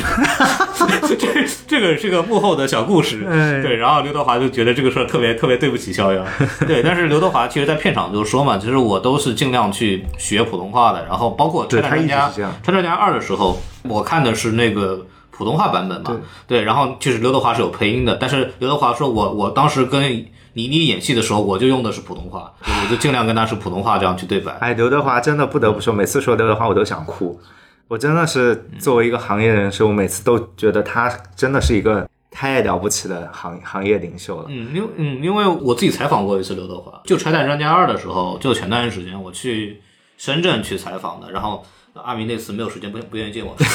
D: (laughs) 这这个是个幕后的小故事，
C: 哎
D: 对，然后刘德华就觉得这个事儿特别特别对不起
C: (laughs)
D: 肖央，对，但是刘德华其实在片场就说嘛，其实我都是尽量去学普通话的，然后包括《
C: 对
D: 拆
C: 他一
D: 弹专
C: 直是》
D: 家
C: 这样
D: 《拆弹专家二》的时候，我看的是那个。普通话版本嘛，对然后就是刘德华是有配音的，但是刘德华说我我当时跟倪妮演戏的时候，我就用的是普通话，我就尽量跟她是普通话这样去对白。
C: 哎，刘德华真的不得不说，每次说刘德华我都想哭。我真的是作为一个行业人士，我每次都觉得他真的是一个太了不起的行行业领袖了。
D: 嗯，因嗯，因为我自己采访过一次刘德华，就《拆弹专家二》的时候，就前段时间我去深圳去采访的，然后阿明那次没有时间，不不愿意
C: (laughs)
D: 见我。 (laughs)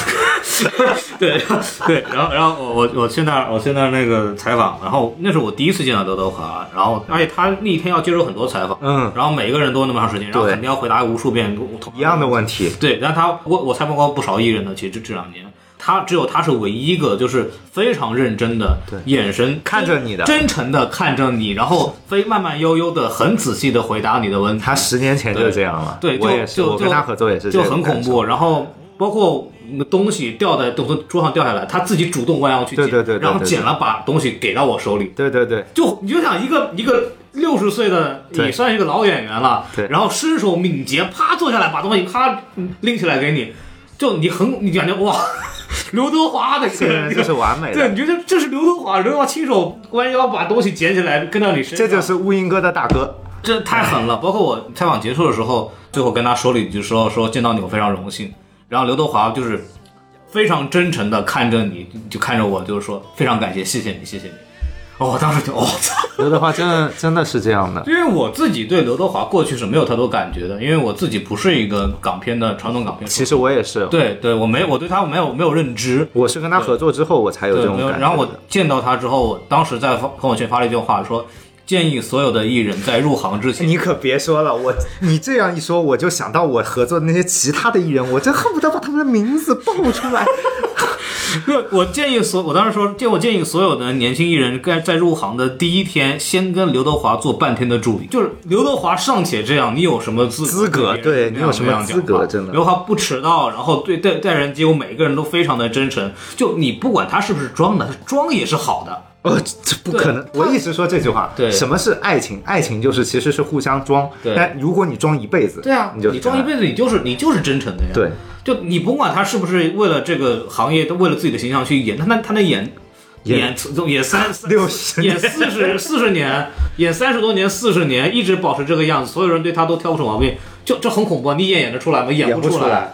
D: 对对，然后然后我我我去那儿我去那儿那个采访，然后那是我第一次见到刘德华，然后而且他那一天要接受很多采访，
C: 嗯，
D: 然后每个人都那么长时间，然后
C: 对
D: 肯定要回答无数遍
C: 一样的问题，
D: 对，但他我我采访过不少艺人呢，其实这这两年。他只有他是唯一一个，就是非常认真的眼神
C: 看着你的
D: 真诚的看着你，然后非慢慢悠悠的、很仔细的回答你的问题。
C: 他十年前就这样了。
D: 对，
C: 我
D: 就
C: 也是，
D: 就
C: 我跟
D: 就
C: 他合作也是这
D: 就
C: 个
D: 很恐
C: 感受。
D: 怖。然后包括东西掉在从桌上掉下来，他自己主动弯腰去捡，
C: 对对对对
D: 然后
C: 对
D: 捡了把东西给到我手里，
C: 对对对，
D: 就你就想一个一个六十岁的
C: 对
D: 也算是个老演员了，
C: 对
D: 然后身手敏捷，啪坐下来把东西啪拎起来给你，就你很你感觉哇， (laughs) 刘德华的
C: 这个人就是完美
D: 对，
C: 的，
D: 你觉得这是刘德华，刘德华亲手弯腰把东西捡起来跟到你身上，
C: 这就是哎乌蝇哥的大哥。
D: 这太狠了。包括我采访结束的时候，最后跟他说了一句说说见到你我非常荣幸，然后刘德华就是非常真诚的看着你，就看着我，就是说非常感谢，谢谢你，谢谢你。哦，我当时就哦，
C: 刘德华真的真的是这样的，
D: 因为我自己对刘德华过去是没有太多感觉的，因为我自己不是一个港片的传统港片粉丝。
C: 其实我也是，
D: 对对，我没我对他没有没有认知，
C: 我是跟他合作之后我才有这
D: 对，
C: 种
D: 没有。
C: 感觉的。
D: 然后我见到他之后，我当时在发朋友圈发了一句话说。建议所有的艺人在入行之前，
C: (laughs) 你可别说了，我你这样一说，我就想到我合作的那些其他的艺人，我真恨不得把他们的名字报出来。
D: 对，我建议所，我当时说，建我建议所有的年轻艺人，该在入行的第一天，先跟刘德华做半天的助理。就是刘德华尚且这样，你有什么资
C: 资格
D: 跟别
C: 对
D: 人那样
C: 你有什么
D: 那样讲话
C: 资格真的
D: 刘德华不迟到，然后对待待人接物，每个人都非常的真诚。就你不管他是不是装的，他装也是好的。
C: 呃，这这不可能！我一直说这句话。
D: 对
C: 什么是爱情？爱情就是其实是互相装。
D: 对
C: 但如果你装一辈子，你就
D: 你装一辈子，你就是你就是真诚的呀。
C: 对，
D: 就你甭管他是不是为了这个行业，为了自己的形象去演，他那他那演。
C: 演
D: 演演三
C: (laughs) 六十
D: 演四十四十年，演三十多年，四十年一直保持这个样子，所有人对他都挑不出毛病，就这很恐怖啊。你演演得出来吗？演
C: 演
D: 不
C: 不
D: 出
C: 出来，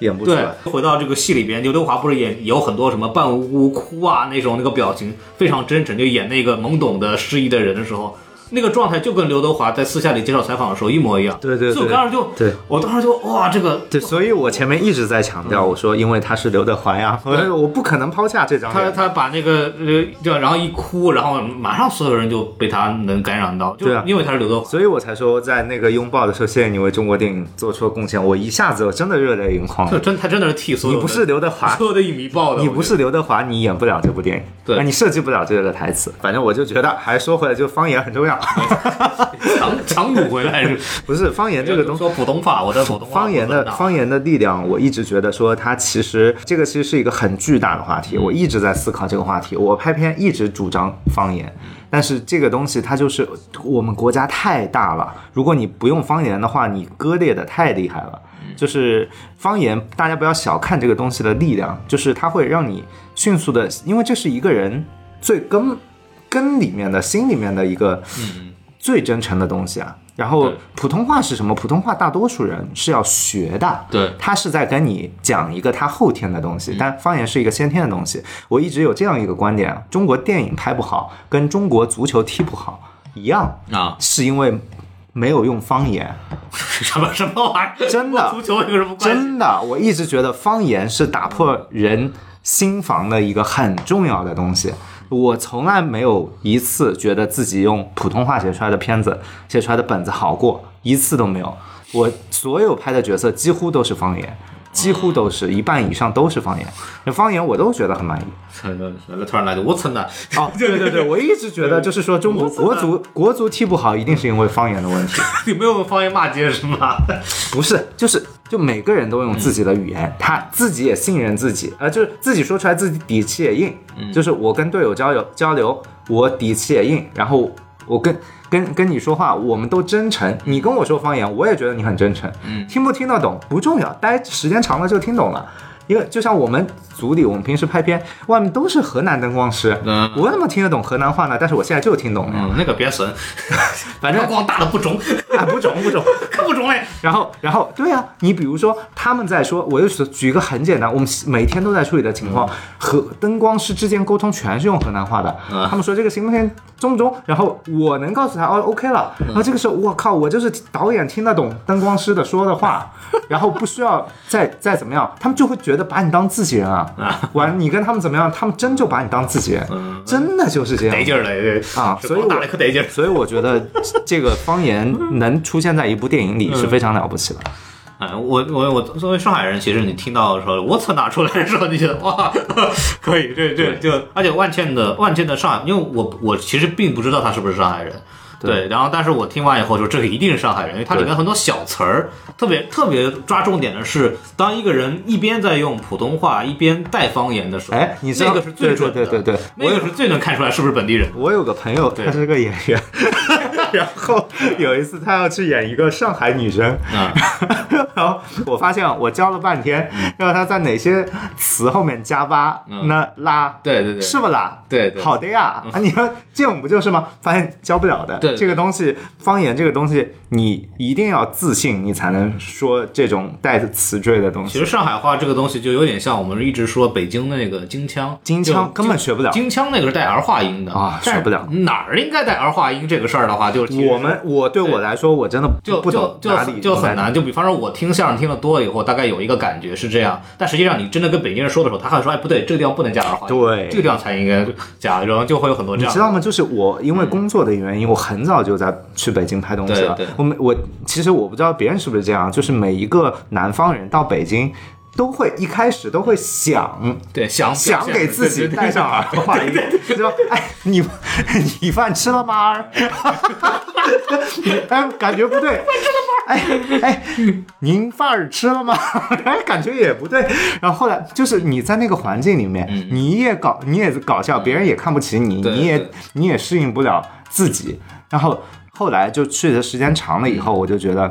C: 演不出
D: 对
C: 来。，
D: 回到这个戏里边，刘德华不是演有很多什么扮无辜哭啊那种那个表情非常真诚，就演那个懵懂的失忆的人的时候，那个状态就跟刘德华在私下里接受采访的时候一模一样。
C: 对对对
D: 所以我当时就，
C: 对
D: 我当时就哇，这个
C: 对，所以我前面一直在强
D: 嗯
C: 调，我说因为他是刘德华呀，我我不可能抛下这张
D: 他
C: 脸。
D: 他把那个呃，就然后一哭，然后马上所有人就被他能感染到，就
C: 对啊
D: 因为他是刘德华。
C: 所以我才说，在那个拥抱的时候，谢谢你为中国电影做出了贡献，我一下子我真的热泪盈眶
D: (laughs) 就。真，他真的是替所有
C: 你
D: 的
C: 不是刘德华，
D: 所有的影迷爆的，
C: 你
D: 我
C: 不
D: 觉
C: 是刘德华，你演不了这部电影，
D: 对
C: 啊你设计不了这个台词。反正我就觉得，还说回来，就方言很重要， (laughs)
D: 得强强弩回来是
C: 不是方 (laughs) 言这个东西。
D: 说普通话，我的普通话
C: 方言的
D: 不知道
C: 方言的力量，我一直觉得说它其实这个其实是一个很巨大的话题，
D: 嗯
C: 我一直在思考这个话题。我拍片一直主张方言，但是这个东西它就是我们国家太大了，如果你不用方言的话，你割裂的太厉害了。
D: 嗯
C: 就是方言，大家不要小看这个东西的力量，就是它会让你迅速的，因为这是一个人最根根里面的心里面的一个最真诚的东西啊。然后
D: 对
C: 普通话是什么？普通话大多数人是要学的，
D: 对嗯
C: 他是在跟你讲一个他后天的东西，但方言是一个先天的东西。我一直有这样一个观点啊：中国电影拍不好，跟中国足球踢不好一样，
D: 啊，
C: 是因为没有用方言。
D: 什么什么玩意儿？
C: 真的
D: 跟足球有什么关系？
C: 真的，我一直觉得方言是打破人心房的一个很重要的东西。我从来没有一次觉得自己用普通话写出来的片子、写出来的本子好过，一次都没有。我所有拍的角色几乎都是方言，哦几乎都是一半以上都是方言。那方言我都觉得很满意。
D: 真突然来句我操的，
C: 哦，对对对，我一直觉得就是说中国国足国足踢不好，一定是因为方言的问题。
D: (laughs) 你没有用方言骂街是吗？
C: 不是，就是就每个人都用自己的语言，他自己也信任自己，呃，就是自己说出来自己底气也硬。
D: 嗯
C: 就是我跟队友交流交流，我底气也硬，然后我跟跟跟你说话，我们都真诚。你跟我说方言，我也觉得你很真诚。
D: 嗯
C: 听不听得懂不重要，待时间长了就听懂了。因为就像我们组里，我们平时拍片，外面都是河南灯光师，
D: 嗯
C: 我怎么听得懂河南话呢？但是我现在就听懂了呀。
D: 嗯，那个别神，
C: 反正
D: 光打的不中，
C: 啊，哎不中不中。
D: (laughs) 可不中嘞。
C: 然后，然后，对啊，你比如说他们在说，我就举举一个很简单，我们每天都在处理的情况，和灯光师之间沟通全是用河南话的。
D: 嗯
C: 他们说这个行不行，中不中？然后我能告诉他哦，OK 了。然后这个时候，我靠，我就是导演听得懂灯光师的说的话，然后不需要再再怎么样，他们就会觉得把你当自己人啊。
D: 嗯
C: 完，你跟他们怎么样，他们真就把你当自己人，真的就是这样
D: 得。劲儿嘞
C: 啊所以我
D: 打的可得劲儿。
C: 所以我觉得这个方言能出现在一部电影
D: 嗯
C: 里是非常了不起的。
D: 哎，我我我作为上海人，其实你听到的时候，我操拿出来的时候，你觉得哇， (laughs) 可以，这这就，而且万茜的万茜的上海，因为我我其实并不知道他是不是上海人。对，然后但是我听完以后说这个一定是上海人，因为它里面很多小词儿特别特别抓重点的是，当一个人一边在用普通话一边带方言的时候，
C: 哎你知道
D: 这个是最准的，
C: 对对对对对
D: 那个是最能看出来是不是本地人的。 (laughs)
C: 我有个朋友，他是个演员，然后有一次他要去演一个上海女生，
D: 啊，
C: 然后我发现我教了半天，要他在哪些词后面加八、
D: 嗯
C: 那拉，
D: 对对对
C: 是不啦？
D: 对对嗯
C: 好的呀，啊，你说这种不就是吗？发现教不了的，
D: 对对
C: 这个东西，方言这个东西，你一定要自信，你才能说这种带词缀的东
D: 其
C: 西。
D: 实上海话这个东西就有点像我们一直说北京那个京腔，
C: 京腔
D: 就
C: 根本学不了
D: 京腔那个是带儿化音的
C: 啊
D: 但是
C: 学不了
D: 哪儿应该带儿化音这个事儿的话，就是其实
C: 我们我对我来说，我真的
D: 就
C: 不
D: 就
C: 懂
D: 就
C: 哪里
D: 很就很
C: 应该
D: 难。就比方说，我听相声听得多了以后，大概有一个感觉是这样，但实际上你真的跟北京人说的时候，他还说，哎，不对，这个地方不能加儿化音，
C: 对
D: 这个地方才应该加，然后就会有很多这
C: 你
D: 样的。
C: 知道吗？就是我因为工作的原因，我很早就在去北京拍东西了
D: 对对。
C: 我们我其实我不知道别人是不是这样，就是每一个南方人到北京。都会一开始都会想
D: 对，想
C: 想给自己带上儿化音，就说哎，你 (laughs) 你饭吃了吗？ (laughs) 哎，感觉不对。哎哎，您饭儿吃了吗？ (laughs) 哎，感觉也不对。然后后来就是你在那个环境里面，你也搞你也搞笑，别人也看不起你，
D: 嗯对
C: 你也
D: 对
C: 你也适应不了自己。然后后来就去的时间长了以后，我就觉得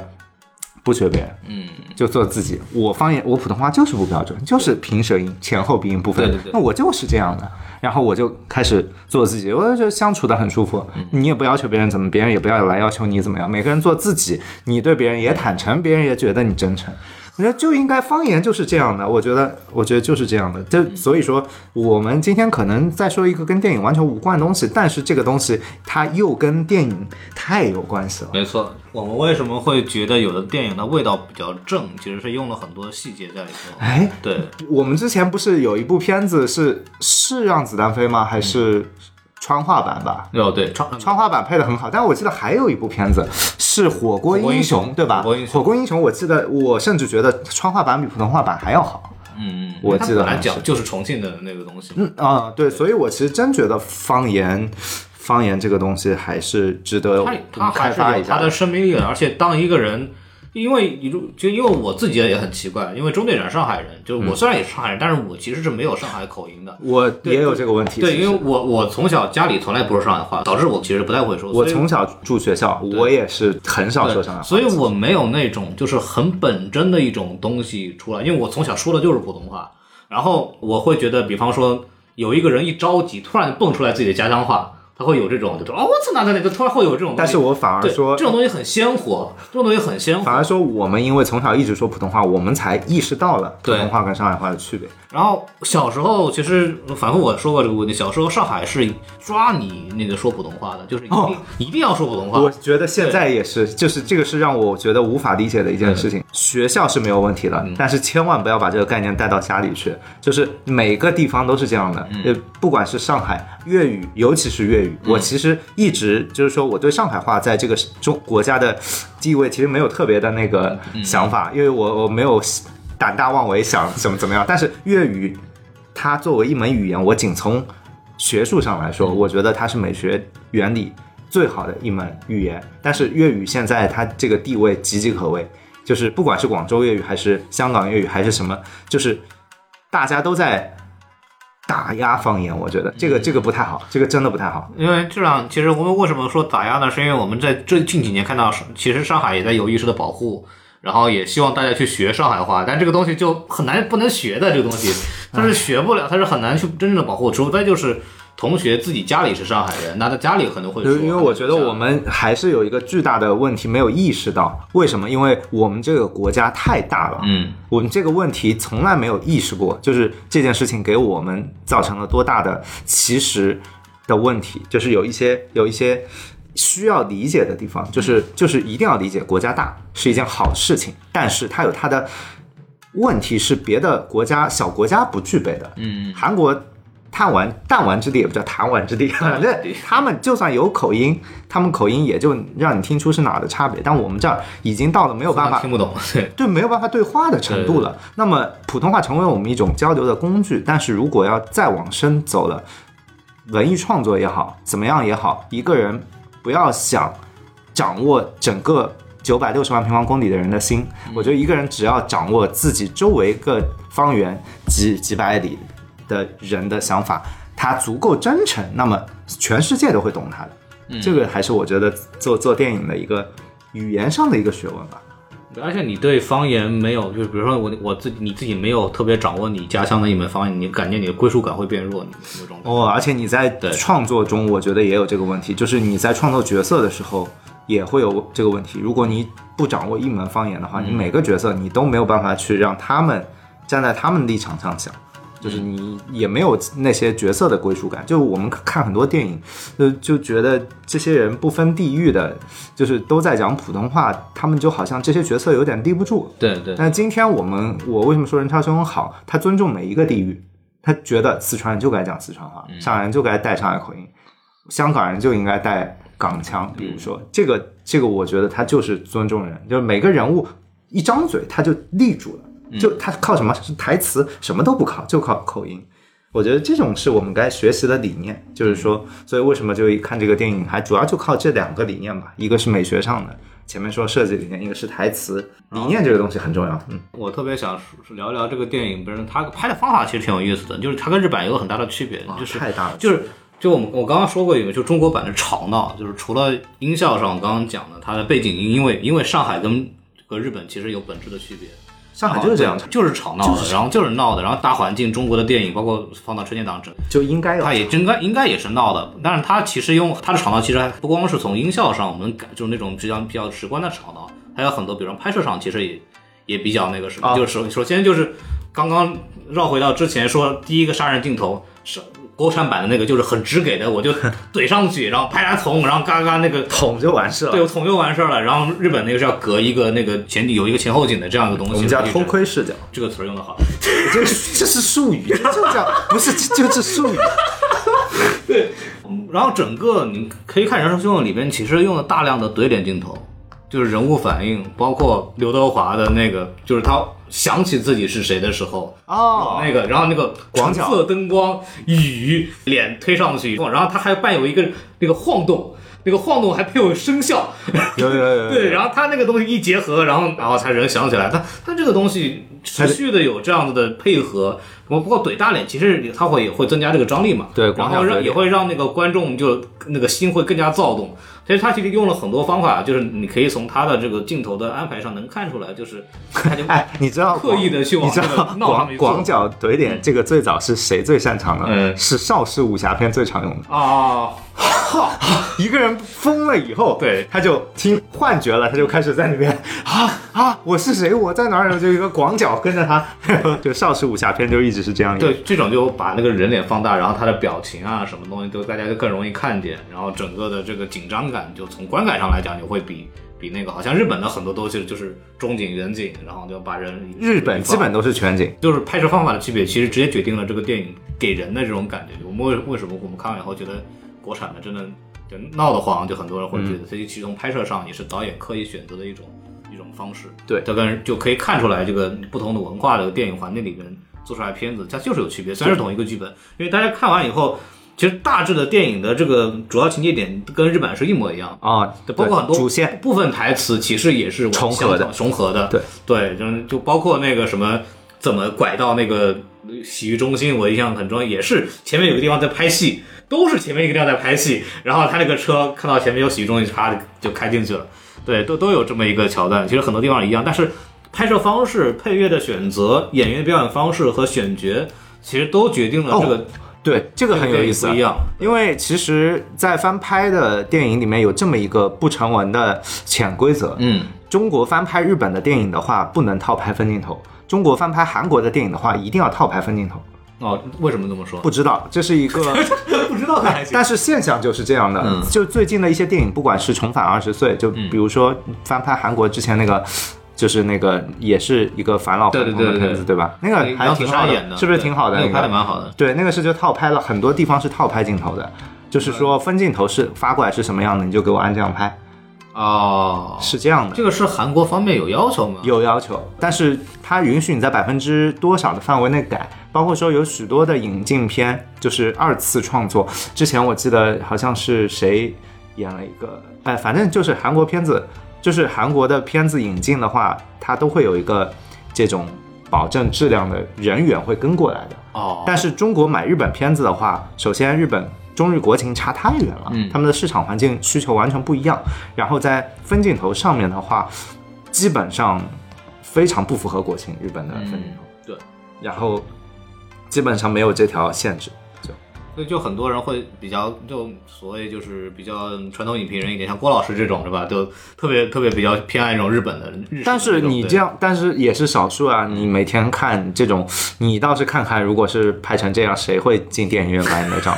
C: 不学别人，
D: 嗯，
C: 就做自己。我方言，我普通话就是不标准，就是平舌音、前后鼻音不分。
D: 对对对
C: 那我就是这样的。然后我就开始做自己，我就觉得相处的很舒服。
D: 嗯
C: 你也不要求别人怎么，别人也不要来要求你怎么样。每个人做自己，你对别人也坦诚，别人也觉得你真诚。我觉得就应该方言就是这样的，我觉得，我觉得就是这样的。就
D: 嗯
C: 所以说，我们今天可能在说一个跟电影完全无关的东西，但是这个东西它又跟电影太有关系了。
D: 没错。我们为什么会觉得有的电影的味道比较正，其实是用了很多细节在里头。
C: 哎，
D: 对，
C: 我们之前不是有一部片子是是让子弹飞吗？还
D: 嗯
C: 是川话版吧？
D: 哦对，川
C: 川话版配的很好，但我记得还有一部片子是《火锅
D: 火锅
C: 英
D: 英雄
C: 雄》，对吧？
D: 火锅英雄
C: 火锅英雄》，我记得我甚至觉得川话版比普通话版还要好。
D: 嗯嗯，
C: 我记得
D: 它本来
C: 好像
D: 讲就是重庆的那个东西。
C: 嗯啊、对，所以我其实真觉得方言，方言这个东西还是值得
D: 他他
C: 开
D: 还是
C: 发
D: 有
C: 一下
D: 他的。生命力的，而且当一个人，因为你如就因为我自己也很奇怪，因为中队长上海人，就是
C: 嗯
D: 我虽然也是上海人，但是我其实是没有上海口音的。
C: 我也有这个问题，
D: 对，
C: (laughs) 其实
D: 因为我我从小家里从来不是上海话，导致我其实不太会说。
C: 我
D: 所以
C: 从小住学校，我也是很少说上海话，
D: 所以我没有那种就是很本真的一种东西出来，因为我从小说的就是普通话。然后我会觉得，比方说有一个人一着急，突然蹦出来自己的家乡话，他会有这种，就是哦，我操，那那那，就突然会有这种东西。
C: 但是我反而
D: 对
C: 说
D: 这种东西很鲜活，这种东西很鲜活
C: 反。而说，我们因为从小一直说普通话，我们才意识到了普
D: 对
C: 通话跟上海话的区别。
D: 然后小时候其实反复我说过这个问题，小时候上海是抓你那个说普通话的，就是一定、
C: 哦
D: 一定要说普通话。
C: 我觉得现在也是，就是这个是让我觉得无法理解的一件事情。学校是没有问题的，但是千万不要把这个概念带到家里去。就是每个地方都是这样的，呃，不管是上海粤语，尤其是粤语，我其实一直就是说，我对上海话在这个中国家的地位其实没有特别的那个想法，因为我我没有胆大妄为想怎么怎么样。但是粤语它作为一门语言，我仅从学术上来说，我觉得它是美学原理最好的一门语言。但是粤语现在它这个地位岌岌可危，就是不管是广州粤语还是香港粤语还是什么，就是大家都在打压方言。我觉得这个这个不太好，这个真的不太好。
D: 因为这样，其实我们为什么说打压呢？是因为我们在这近几年看到，其实上海也在有意识的保护，然后也希望大家去学上海话，但这个东西就很难不能学的，这个东
C: 哎
D: 西它是学不了，它是很难去真正的保护，除非就是同学自己家里是上海人，那他家里可能会说。
C: 因为我觉得我们还是有一个巨大的问题没有意识到，为什么？因为我们这个国家太大了，
D: 嗯，
C: 我们这个问题从来没有意识过，就是这件事情给我们造成了多大的其实的问题，就是有一些有一些需要理解的地方，就是就是一定要理解国家大是一件好事情，但是它有它的问题是别的国家小国家不具备的，嗯，韩国。弹丸弹丸之地也不叫弹丸之地，反正 (laughs) 他们就算有口音，他们口音也就让你听出是哪儿的差别。但我们这儿已经到了没有办法
D: 听不懂，对。
C: 对没有办法对话的程度了。那么普通话成为我们一种交流的工具，但是如果要再往深走了，文艺创作也好，怎么样也好，一个人不要想掌握整个九百六十万平方公里的人的心，我觉得一个人只要掌握自己周围个方圆几几百里的人的想法，他足够真诚，那么全世界都会懂他的。这个还是我觉得做做电影的一个语言上的一个学问吧。
D: 而且你对方言没有，就是比如说我我自己你自己没有特别掌握你家乡的一门方言，你感觉你的归属感会变弱，你有种
C: 哦，而且你在
D: 对
C: 创作中，我觉得也有这个问题，就是你在创作角色的时候也会有这个问题。如果你不掌握一门方言的话，你每个角色你都没有办法去让他们站在他们立场上想。就是你也没有那些角色的归属感，就我们看很多电影，就就觉得这些人不分地域的，就是都在讲普通话，他们就好像这些角色有点立不住，
D: 对对，
C: 但今天我们，我为什么说人潮汹汹好？他尊重每一个地域，他觉得四川人就该讲四川话，上海人就该带上海口音，香港人就应该带港腔。比如说，这个这个，我觉得他就是尊重人，就是每个人物一张嘴他就立住了，就他靠什么是台词什么都不靠，就靠口音。我觉得这种是我们该学习的理念，就是说，所以为什么就一看这个电影，还主要就靠这两个理念吧，一个是美学上的，前面说设计理念，一个是台词理念，这个东西很重要。嗯，
D: 我特别想聊一聊这个电影，本身它拍的方法其实挺有意思的，就是它跟日版有个很大的区别，哦就是
C: 啊太大了
D: 就是就我们我刚刚说过一个，就中国版的吵闹，就是除了音效上，我刚刚讲的它的背景音，因为因为上海跟和日本其实有本质的区别，
C: 上海啊就是这样
D: 然后，就是吵闹的，然后就是闹的，然后大环境，中国的电影包括放到春节档整，
C: 就应该有
D: 它也应该应该也是闹的，但是它其实用它的吵闹，其实还不光是从音效上，我们感就是那种比较比较直观的吵闹，还有很多，比如说拍摄上，其实也也比较那个什么，
C: 啊
D: 就是首首先就是刚刚绕回到之前说第一个杀人镜头是。国产版的那个就是很直给的，
C: (laughs)
D: 我就怼上去，然后拍他头，然后嘎嘎那个
C: 捅就完事
D: 对
C: 了。
D: 我捅就完事儿了。然后日本那个是要隔一个那个前有一个前后景的这样一个东西，
C: 我们叫偷窥视角，
D: 这个词儿用的好。
C: 这个这是术语，啊就这样，不是这这是
D: (laughs)
C: 术语。
D: 然后整个你可以看《人生兄弟》里边，其实用了大量的怼脸镜头，就是人物反应，包括刘德华的那个，就是他想起自己是谁的时候，
C: 哦，
D: 那个，然后那个
C: 广
D: 橙
C: 角
D: 色灯光雨脸推上去，然后他还伴有一个那个晃动，那个晃动还配有声效，
C: 有有有有，
D: 对，然后他那个东西一结合，然后然后才人想起来，他他这个东西持续的有这样子的配合，我不过怼大脸，其实它会也会增加这个张力嘛，
C: 对
D: 然
C: 光
D: 后
C: 亮
D: 让
C: 怼
D: 也会让那个观众就那个心会更加躁动。其实他其实用了很多方法，就是你可以从他的这个镜头的安排上能看出来，就是他就
C: 哎，你知道
D: 刻意地去往
C: 你知
D: 这
C: (laughs)
D: 个
C: 道
D: 闹上
C: 广
D: 面做
C: 广角怼脸这个最早是谁最擅长的？
D: 嗯
C: 是邵氏武侠片最常用的。
D: 啊，
C: 一个人疯了以后，
D: 对
C: 他就听幻觉了，他就开始在里面啊啊，我是谁？我在哪儿？就一个广角跟着他， (laughs) 就邵氏武侠片就一直是这样演。
D: 对，这种就把那个人脸放大，然后他的表情啊，什么东西都大家就更容易看见，然后整个的这个紧张感，就从观感上来讲，也会比比那个好像日本的很多东西就是中景、远景，然后就把人
C: 日本基本都是全景，
D: 就是拍摄方法的区别，其实直接决定了这个电影给人的这种感觉。我们为为什么我们看完以后觉得国产的真的就闹得慌，就很多人会觉得，所以其实从拍摄上也是导演刻意选择的一种一种方式。
C: 对
D: 这跟就可以看出来这个不同的文化的电影环境里边做出来的片子，它就是有区别。虽然是同一个剧本，因为大家看完以后，其实大致的电影的这个主要情节点跟日版是一模一样。
C: 啊，
D: 对，包括很多
C: 主线
D: 部分台词，其实也是
C: 重合的
D: 相重合的。
C: 对
D: 对，就是就包括那个什么，怎么拐到那个洗浴中心，我印象很重要，也是前面有个地方在拍戏，都是前面一个地方在拍戏，然后他那个车看到前面有洗浴中心，啪就开进去了。对，都都有这么一个桥段，其实很多地方一样，但是拍摄方式、配乐的选择、演员表演方式和选角，其实都决定了这个、
C: 对，这哦个很有意思啊
D: 不一。样。
C: 因为其实，在翻拍的电影里面有这么一个不成文的潜规则，
D: 嗯，
C: 中国翻拍日本的电影的话，不能套拍分镜头；中国翻拍韩国的电影的话，一定要套拍分镜头。
D: 哦，为什么这么说？
C: 不知道，这是一
D: (laughs)
C: 个
D: 不知道的还行。
C: 但是现象就是这样的，
D: 嗯
C: 就最近的一些电影，不管是重返二十岁，就比如说翻拍韩国之前那个。就是那个也是一个返老还童
D: 对对
C: 的
D: 对
C: 片子，对吧？那个还
D: 杨紫
C: 挺好
D: 莎演的，
C: 是不是
D: 对
C: 挺好的？
D: 那
C: 那
D: 个
C: 个
D: 拍的蛮好的。
C: 对，那个是就套拍了，很多地方是套拍镜头的，就是说分镜头是发过来是什么样的，你就给我按这样拍，
D: 哦，
C: 是这样的。
D: 这个是韩国方面有要求吗？
C: 有要求，但是它允许你在百分之多少的范围内改，包括说有许多的引进片就是二次创作。之前我记得好像是谁演了一个，哎，反正就是韩国片子，就是韩国的片子引进的话，它都会有一个这种保证质量的人员会跟过来的。
D: 哦，
C: 但是中国买日本片子的话，首先日本。中日国情差太远了，
D: 嗯
C: 他们的市场环境需求完全不一样。然后在分镜头上面的话，基本上非常不符合国情，日本的分镜头，
D: 嗯对，
C: 然后基本上没有这条限制。就
D: 所以就很多人会比较就所谓就是比较传统影评人一点，像郭老师这种是吧？就特别特别比较偏爱这种日本的日式的种。
C: 但是你
D: 对嗯
C: 这样，但是也是少数啊。你每天看这种，你倒是看看，如果是拍成这样，谁会进电影院买你的
D: (laughs)
C: 账？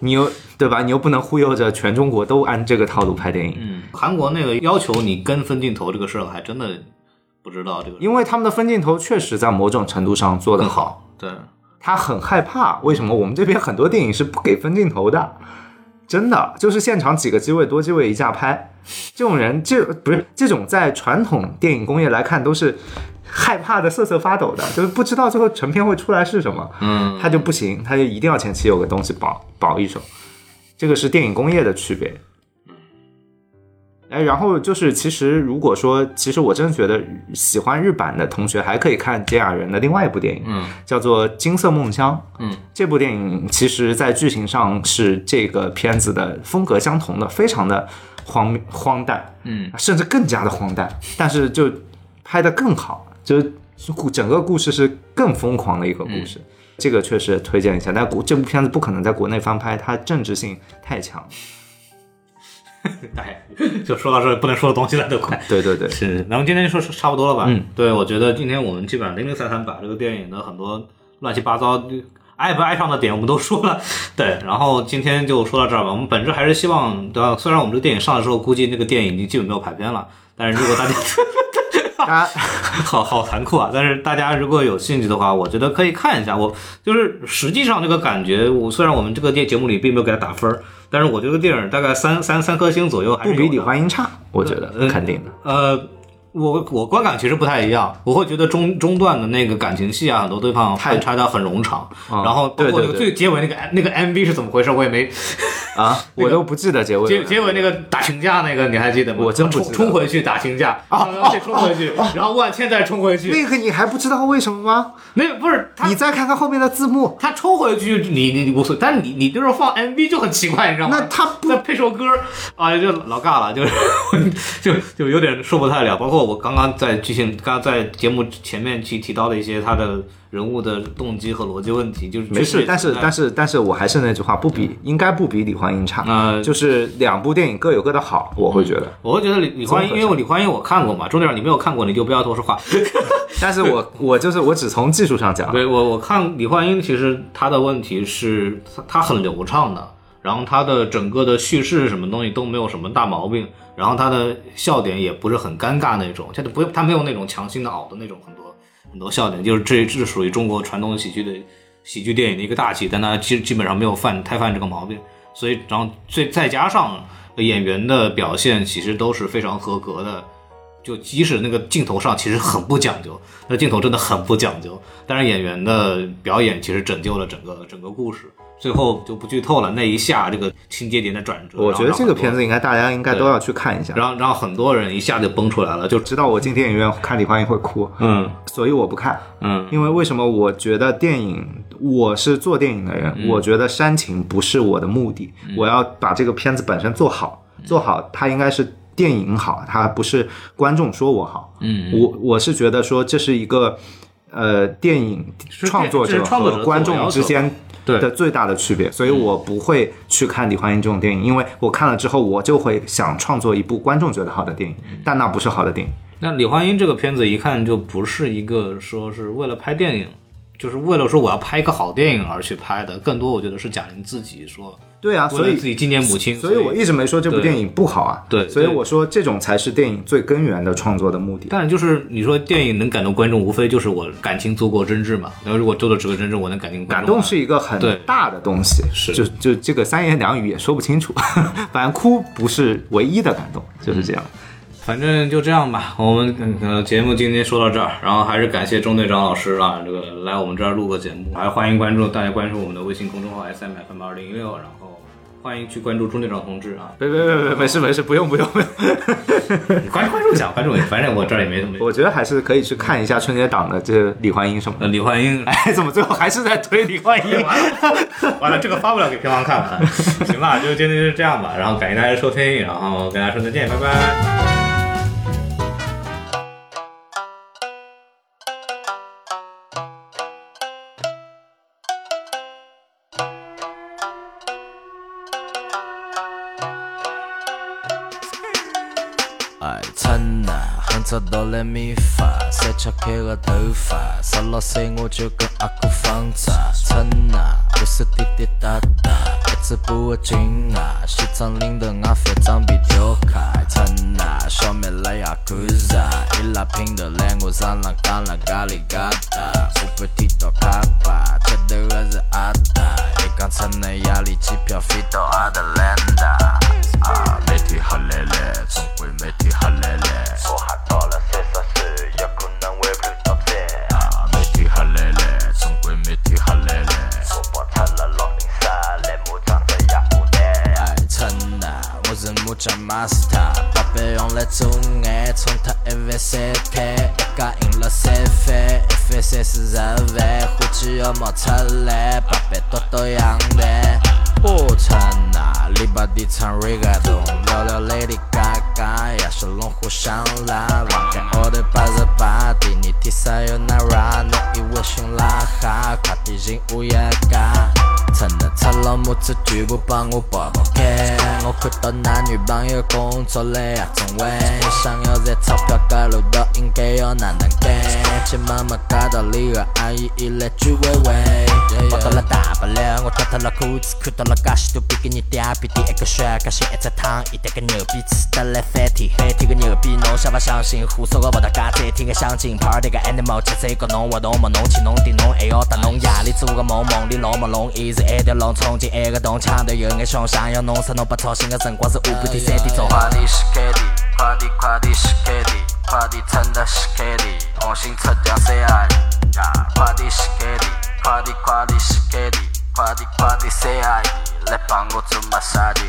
C: 你又对吧？你又不能忽悠着全中国都按这个套路拍电影，
D: 嗯，韩国那个要求你跟分镜头这个事儿，我还真的不知道这个
C: 因为他们的分镜头确实在某种程度上做得
D: 更
C: 好。
D: 好。对， (laughs)
C: 他很害怕，为什么？我们这边很多电影是不给分镜头的，真的就是现场几个机位多机位一架拍。这种人，这不是这种在传统电影工业来看都是害怕的瑟瑟发抖的，就是不知道最后成片会出来是什么。
D: 嗯，
C: 他就不行，他就一定要前期有个东西保保一手，这个是电影工业的区别。哎，然后就是，其实如果说，其实我真觉得喜欢日版的同学还可以看菅雅人的另外一部电影，
D: 嗯，
C: 叫做《金色梦乡》。
D: 嗯，
C: 这部电影其实在剧情上是这个片子的风格相同的，非常的荒谬荒诞，啊
D: 嗯，
C: 甚至更加的荒诞，但是就拍得更好，就是故整个故事是更疯狂的一个故
D: 嗯
C: 事。这个确实推荐一下，但国这部片子不可能在国内翻拍，它政治性太强了。
D: 哎，就说到这不能说的东西了，都快。
C: 对对
D: (laughs)
C: 对，
D: 是，那我们今天说是差不多了吧？
C: 嗯，
D: 对，我觉得今天我们基本上零零散散把这个电影的很多乱七八糟爱不爱上的点我们都说了， (laughs) 对，然后今天就说到这儿吧。我们本质还是希望，对吧？虽然我们这个电影上的时候，估计那个电影已经基本没有排片了，但是如果大家 (laughs)
C: 大家
D: 好 (laughs) 好残酷啊！但是大家如果有兴趣的话，我觉得可以看一下。我就是实际上这个感觉，我虽然我们这个电节目里并没有给它打分儿，但是我觉得电影大概三三三颗星左右还是
C: 不
D: 有
C: 比李
D: 的
C: 焕英差，我觉得
D: 嗯
C: 肯定的。
D: 呃，我我观感其实不太一样，我会觉得中中段的那个感情戏啊，很多地方
C: 太啊
D: 穿插的很冗长，然后包
C: 对
D: 括
C: 对
D: 那个
C: 对
D: 最结尾那个那个 MV 是怎么回事，我也没
C: 啊，我都不记得结尾
D: 结
C: 了。
D: 结尾那个打群架那个你还记得吗？
C: 我真不
D: 冲
C: 记得
D: 冲回去打群架，啊，再冲回去，然后万茜再冲回去，
C: 那个你还不知道为什么吗？
D: 那不是他
C: 你再看看后面的字幕，
D: 他冲回去你你你无所谓，但是你你就是放 MV 就很奇怪，你知道吗？
C: 那他不
D: (laughs) 再配首歌啊，就老尬了，就是 (laughs) 就就有点受不太了。包括我刚刚在剧情，刚刚在节目前面去提到的一些他的人物的动机和逻辑问题，就是
C: 没事，嗯但是但
D: 是
C: 是但是我还是那句话，不比应该不比李焕英差。
D: 嗯
C: 就是两部电影各有各的好，我会觉得。
D: 我会觉得李李焕英，
C: 综合
D: 因为我李焕英我看过嘛，钟点你没有看过，你就不要多说话。
C: (laughs) 但是我我就是我只从技术上讲，
D: 对我，我看李焕英，其实她的问题是她她很流畅的，然后她的整个的叙事什么东西都没有什么大毛病，然后她的笑点也不是很尴尬那种，她就不她没有那种强行的熬的那种很多很多笑点，就是这这是属于中国传统喜剧的喜剧电影的一个大忌，但她基基本上没有犯太犯这个毛病，所以然后再再加上呃演员的表现，其实都是非常合格的。就即使那个镜头上其实很不讲究，那镜头真的很不讲究，但是演员的表演其实拯救了整个整个故事。最后就不剧透了，那一下这个情节点的转折，
C: 我觉得这个片子
D: 子，
C: 应该大家应该都要去看一下。
D: 让让很多人一下就崩出来了，就
C: 知道我进电影院看李焕英会哭，
D: 嗯
C: 所以我不看。
D: 嗯
C: 因为为什么？我觉得电影，我是做电影的人，
D: 嗯
C: 我觉得煽情不是我的目的，我要把这个片子本身做好，
D: 嗯
C: 做好它应该是电影好，它不是观众说我好。
D: 嗯，
C: 我我是觉得说这是一个呃电影创作
D: 这
C: 者
D: 是创作者
C: 和观众之间
D: 自我要求
C: 的最大的区别，所以
D: 嗯
C: 我不会去看李焕英这种电影，因为我看了之后我就会想创作一部观众觉得好的电影，
D: 嗯
C: 但那不是好的电影。
D: 那李焕英这个片子一看就不是一个说是为了拍电影，就是为了说我要拍一个好电影而去拍的，更多我觉得是贾玲自己说，
C: 对啊，所以
D: 为了自己纪念母亲，
C: 所以我一直没说这部
D: 对
C: 电影不好啊，
D: 对
C: 所以
D: 对
C: 我说这种才是电影最根源的创作的目的。
D: 但就是你说电影能感动观众，无非就是我感情足够真挚嘛。然后如果做的这个真挚，我能感动观
C: 感
D: 众啊
C: 动
D: 嘛
C: 是一个很
D: 对
C: 大的东西，
D: 是
C: 就就这个三言两语也说不清楚， (laughs) 反正哭不是唯一的感动，就是这样。
D: 反正就这样吧。我们呃节目今天说到这儿，然后还是感谢钟队长老师啊，这个来我们这儿录个节目，还欢迎关注大家关注我们的微信公众号 S M F M 二零一六，然后欢迎去关注钟队长同志啊！
C: 别别别别，没事没事，不用不用不用。
D: 你关关注一下，关注一下，反正我这儿也没没。
C: 我觉得还是可以去看一下春节档的这李焕英什么
D: 呃，
C: 的。 (laughs)
D: 李焕英，
C: 哎，怎么最后还是在推李焕英？啊
D: 完了，这个发不了给平王看 (laughs) 了。行吧，就今天就这样吧，然后感谢大家的收听，然后跟大家说再见，拜拜。
E: 哎，親啊，肯出到咧咪發，洗出佢個頭髮，十六歲我就跟阿哥放炸，親啊，不是滴滴答答，一直不會停啊，西裝領的阿飛裝備吊卡，親啊，小妹來呀哭啥，伊拉拼得來我上浪干了咖喱疙瘩，我不提到卡巴，吃的還是阿達，一講親的壓力，機票飛到阿德蘭大。啊，媒体黑嘞嘞，中国媒体黑嘞嘞。我还到了三十岁，也可能会不到站。啊，媒体黑嘞嘞，中国媒体黑嘞嘞。我包出了老零三，来木匠的压牡丹。爱称呐，我是木匠 master，把白用来做眼，冲他一万三摊，一家赢了三番，一番三四十万，伙计要冒出来，把白剁到阳台。我操那，里巴底唱 reggaeton，聊聊 Lady Gaga，也是龙虎上来，忘干我的八十八，第二天撒有那 ra，侬以为新拉哈，快点进乌鸦嘎，趁着赤老母子全部帮我包包开，我看到男女朋友工作来也中位，我想要在钞票街路到应该要哪能干，亲妈妈街道里的阿姨伊来居委会，跑到了大不了我脱脱了裤子，看到了介许多比基尼店，比第一个帅，噶些一只汤，一点个牛逼，吃得来翻天，翻天个牛逼，侬相不相信？胡说个勿搭界，再听个相亲，party 个 animal，吃醉个侬活动么？侬去侬顶侬还要搭侬夜里做个梦，梦里老朦胧，一直一条龙冲进一个洞，腔头有眼凶，想要弄死侬，不操心个辰光是下半天三点钟。快点是开的，快点快点是开的，快点趁的是开的，红星出江三爱，呀，快点是开的，快点快点是开的。快点快点 say hi，来帮我做 massage。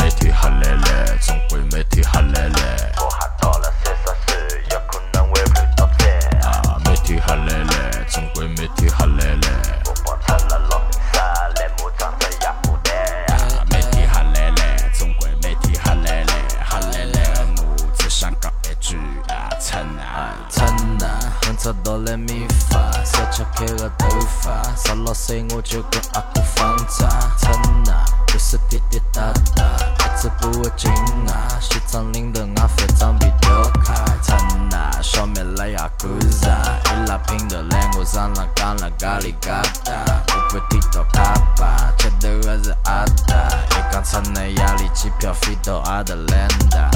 E: 每天黑累累，总归每天黑累累。我还到了三十岁，有可能会不到站。啊，每天黑累累，总归每天黑累累。我包出了老名山，来木匠的压牡丹。啊，每天黑累累，总归每天黑累累，黑累累。我只想讲一句啊，趁啊趁啊，哼着哆来咪发，三七开个头发，十六岁我就跟阿哥放炸，趁啊，不是滴滴答答，一直不会停啊，西装领头阿反装备吊卡，趁啊，小妹来呀干啥，伊拉拼得来我上浪干了咖喱疙瘩，我不提到卡巴，吃头还是阿达，一讲趁的压力，机票飞到阿德兰大。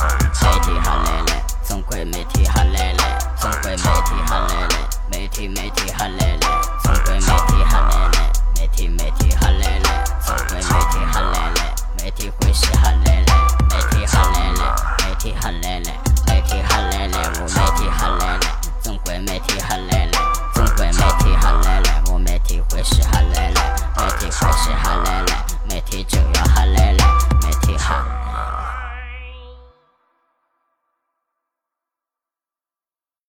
F: 媒体哈累累，总归媒体哈累累，总归媒体哈累累，媒体媒体哈累累，总归媒体哈累累，媒体媒体哈累累，